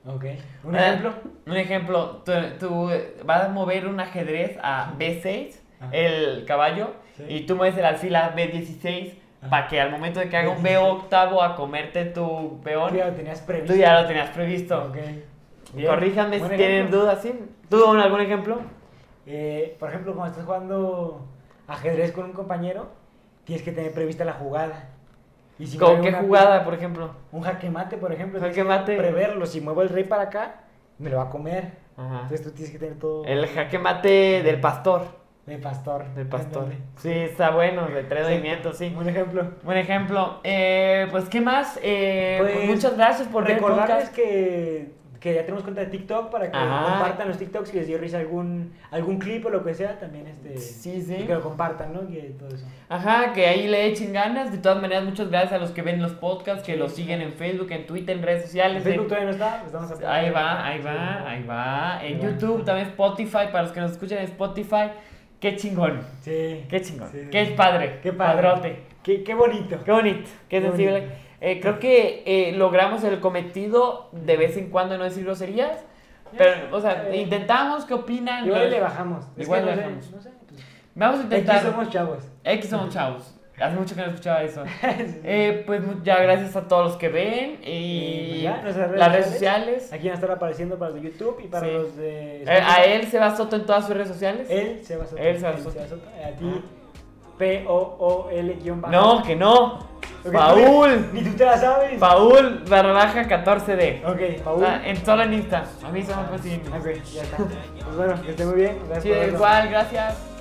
[SPEAKER 2] Ok. ¿Un
[SPEAKER 1] Eh,
[SPEAKER 2] ejemplo?
[SPEAKER 1] Un ejemplo, tú, tú, eh, vas a mover un ajedrez a B6,
[SPEAKER 2] Ajá.
[SPEAKER 1] el caballo,
[SPEAKER 2] Sí.
[SPEAKER 1] y tú mueves el alfil a B16
[SPEAKER 2] Ajá.
[SPEAKER 1] para que al momento de que haga un B
[SPEAKER 2] B16.
[SPEAKER 1] octavo a comerte tu peón,
[SPEAKER 2] Tú ya lo tenías previsto.
[SPEAKER 1] tú ya lo tenías previsto.
[SPEAKER 2] Ok. Bien.
[SPEAKER 1] Corríjanme si
[SPEAKER 2] Buen
[SPEAKER 1] tienen
[SPEAKER 2] ejemplo.
[SPEAKER 1] dudas, ¿sí? ¿Tú un- algún ejemplo?
[SPEAKER 2] Eh, por ejemplo, cuando estás jugando ajedrez con un compañero, tienes que tener prevista la jugada. Y si
[SPEAKER 1] ¿Con
[SPEAKER 2] mueve
[SPEAKER 1] qué
[SPEAKER 2] una
[SPEAKER 1] jugada, por ejemplo?
[SPEAKER 2] pi- Un jaque mate, por ejemplo.
[SPEAKER 1] Jaque
[SPEAKER 2] tienes que
[SPEAKER 1] mate.
[SPEAKER 2] Preverlo. Si muevo el rey para acá, me lo va a comer.
[SPEAKER 1] Ajá.
[SPEAKER 2] Entonces tú tienes que tener todo.
[SPEAKER 1] Ah. El jaque mate del pastor.
[SPEAKER 2] De pastor.
[SPEAKER 1] Del pastor.
[SPEAKER 2] Ándale.
[SPEAKER 1] Sí, está bueno, de tres
[SPEAKER 2] Sí.
[SPEAKER 1] movimientos, sí.
[SPEAKER 2] Un ejemplo.
[SPEAKER 1] Buen ejemplo. Eh, pues, ¿qué más? Eh, pues,
[SPEAKER 2] Pues,
[SPEAKER 1] muchas gracias por ver el
[SPEAKER 2] Recordarles
[SPEAKER 1] podcast.
[SPEAKER 2] que, que ya tenemos cuenta de TikTok para que
[SPEAKER 1] Ajá.
[SPEAKER 2] compartan los TikToks si les dio risa algún, algún clip o lo que sea, también este,
[SPEAKER 1] Sí, sí.
[SPEAKER 2] y que lo compartan, ¿no? Que todo eso.
[SPEAKER 1] Ajá, que ahí le echen ganas. De todas maneras, muchas gracias a los que ven los podcasts, que los siguen en Facebook, en Twitter, en redes sociales.
[SPEAKER 2] El Facebook
[SPEAKER 1] en-
[SPEAKER 2] todavía no está, pues vamos a poner.
[SPEAKER 1] Ahí va, ahí
[SPEAKER 2] Sí.
[SPEAKER 1] va, ahí va. En
[SPEAKER 2] Ahí va.
[SPEAKER 1] YouTube, también Spotify, para los que nos escuchan en Spotify. Qué chingón,
[SPEAKER 2] Sí.
[SPEAKER 1] qué chingón,
[SPEAKER 2] Sí.
[SPEAKER 1] qué padre,
[SPEAKER 2] Qué padre.
[SPEAKER 1] padrote.
[SPEAKER 2] Qué, qué bonito.
[SPEAKER 1] Qué bonito, qué,
[SPEAKER 2] Qué
[SPEAKER 1] sensible.
[SPEAKER 2] bonito.
[SPEAKER 1] Eh, creo que eh, logramos el cometido de vez en cuando de no decir groserías. Pero, o sea,
[SPEAKER 2] Eh.
[SPEAKER 1] intentamos, ¿qué opinan?
[SPEAKER 2] Igual le bajamos. Es
[SPEAKER 1] Igual
[SPEAKER 2] que
[SPEAKER 1] le
[SPEAKER 2] no sé,
[SPEAKER 1] bajamos.
[SPEAKER 2] no sé, pues,
[SPEAKER 1] Vamos a intentar.
[SPEAKER 2] Aquí somos chavos. [laughs]
[SPEAKER 1] X somos chavos. Hace mucho que no escuchaba eso. Eh, pues mu- ya gracias a todos los que ven y
[SPEAKER 2] Y pues ya, nuestras redes
[SPEAKER 1] las redes
[SPEAKER 2] sociales.
[SPEAKER 1] sociales.
[SPEAKER 2] Aquí van a estar apareciendo para los de YouTube y para
[SPEAKER 1] Sí.
[SPEAKER 2] los de.
[SPEAKER 1] Eh, a él se va Soto en todas sus redes sociales.
[SPEAKER 2] Él se va a
[SPEAKER 1] Él se va a soltar.
[SPEAKER 2] A ti, P-O-O-L guión bajo.
[SPEAKER 1] No, que no.
[SPEAKER 2] Ok,
[SPEAKER 1] Paul.
[SPEAKER 2] Ni tú te la sabes.
[SPEAKER 1] Paul barra baja 14D.
[SPEAKER 2] ok, Paul.
[SPEAKER 1] Ah, en solo en Insta. A mí se me fue sin.
[SPEAKER 2] Ok, ya está. Pues bueno, que esté muy bien. Gracias
[SPEAKER 1] Sí,
[SPEAKER 2] por verlo.
[SPEAKER 1] igual, gracias.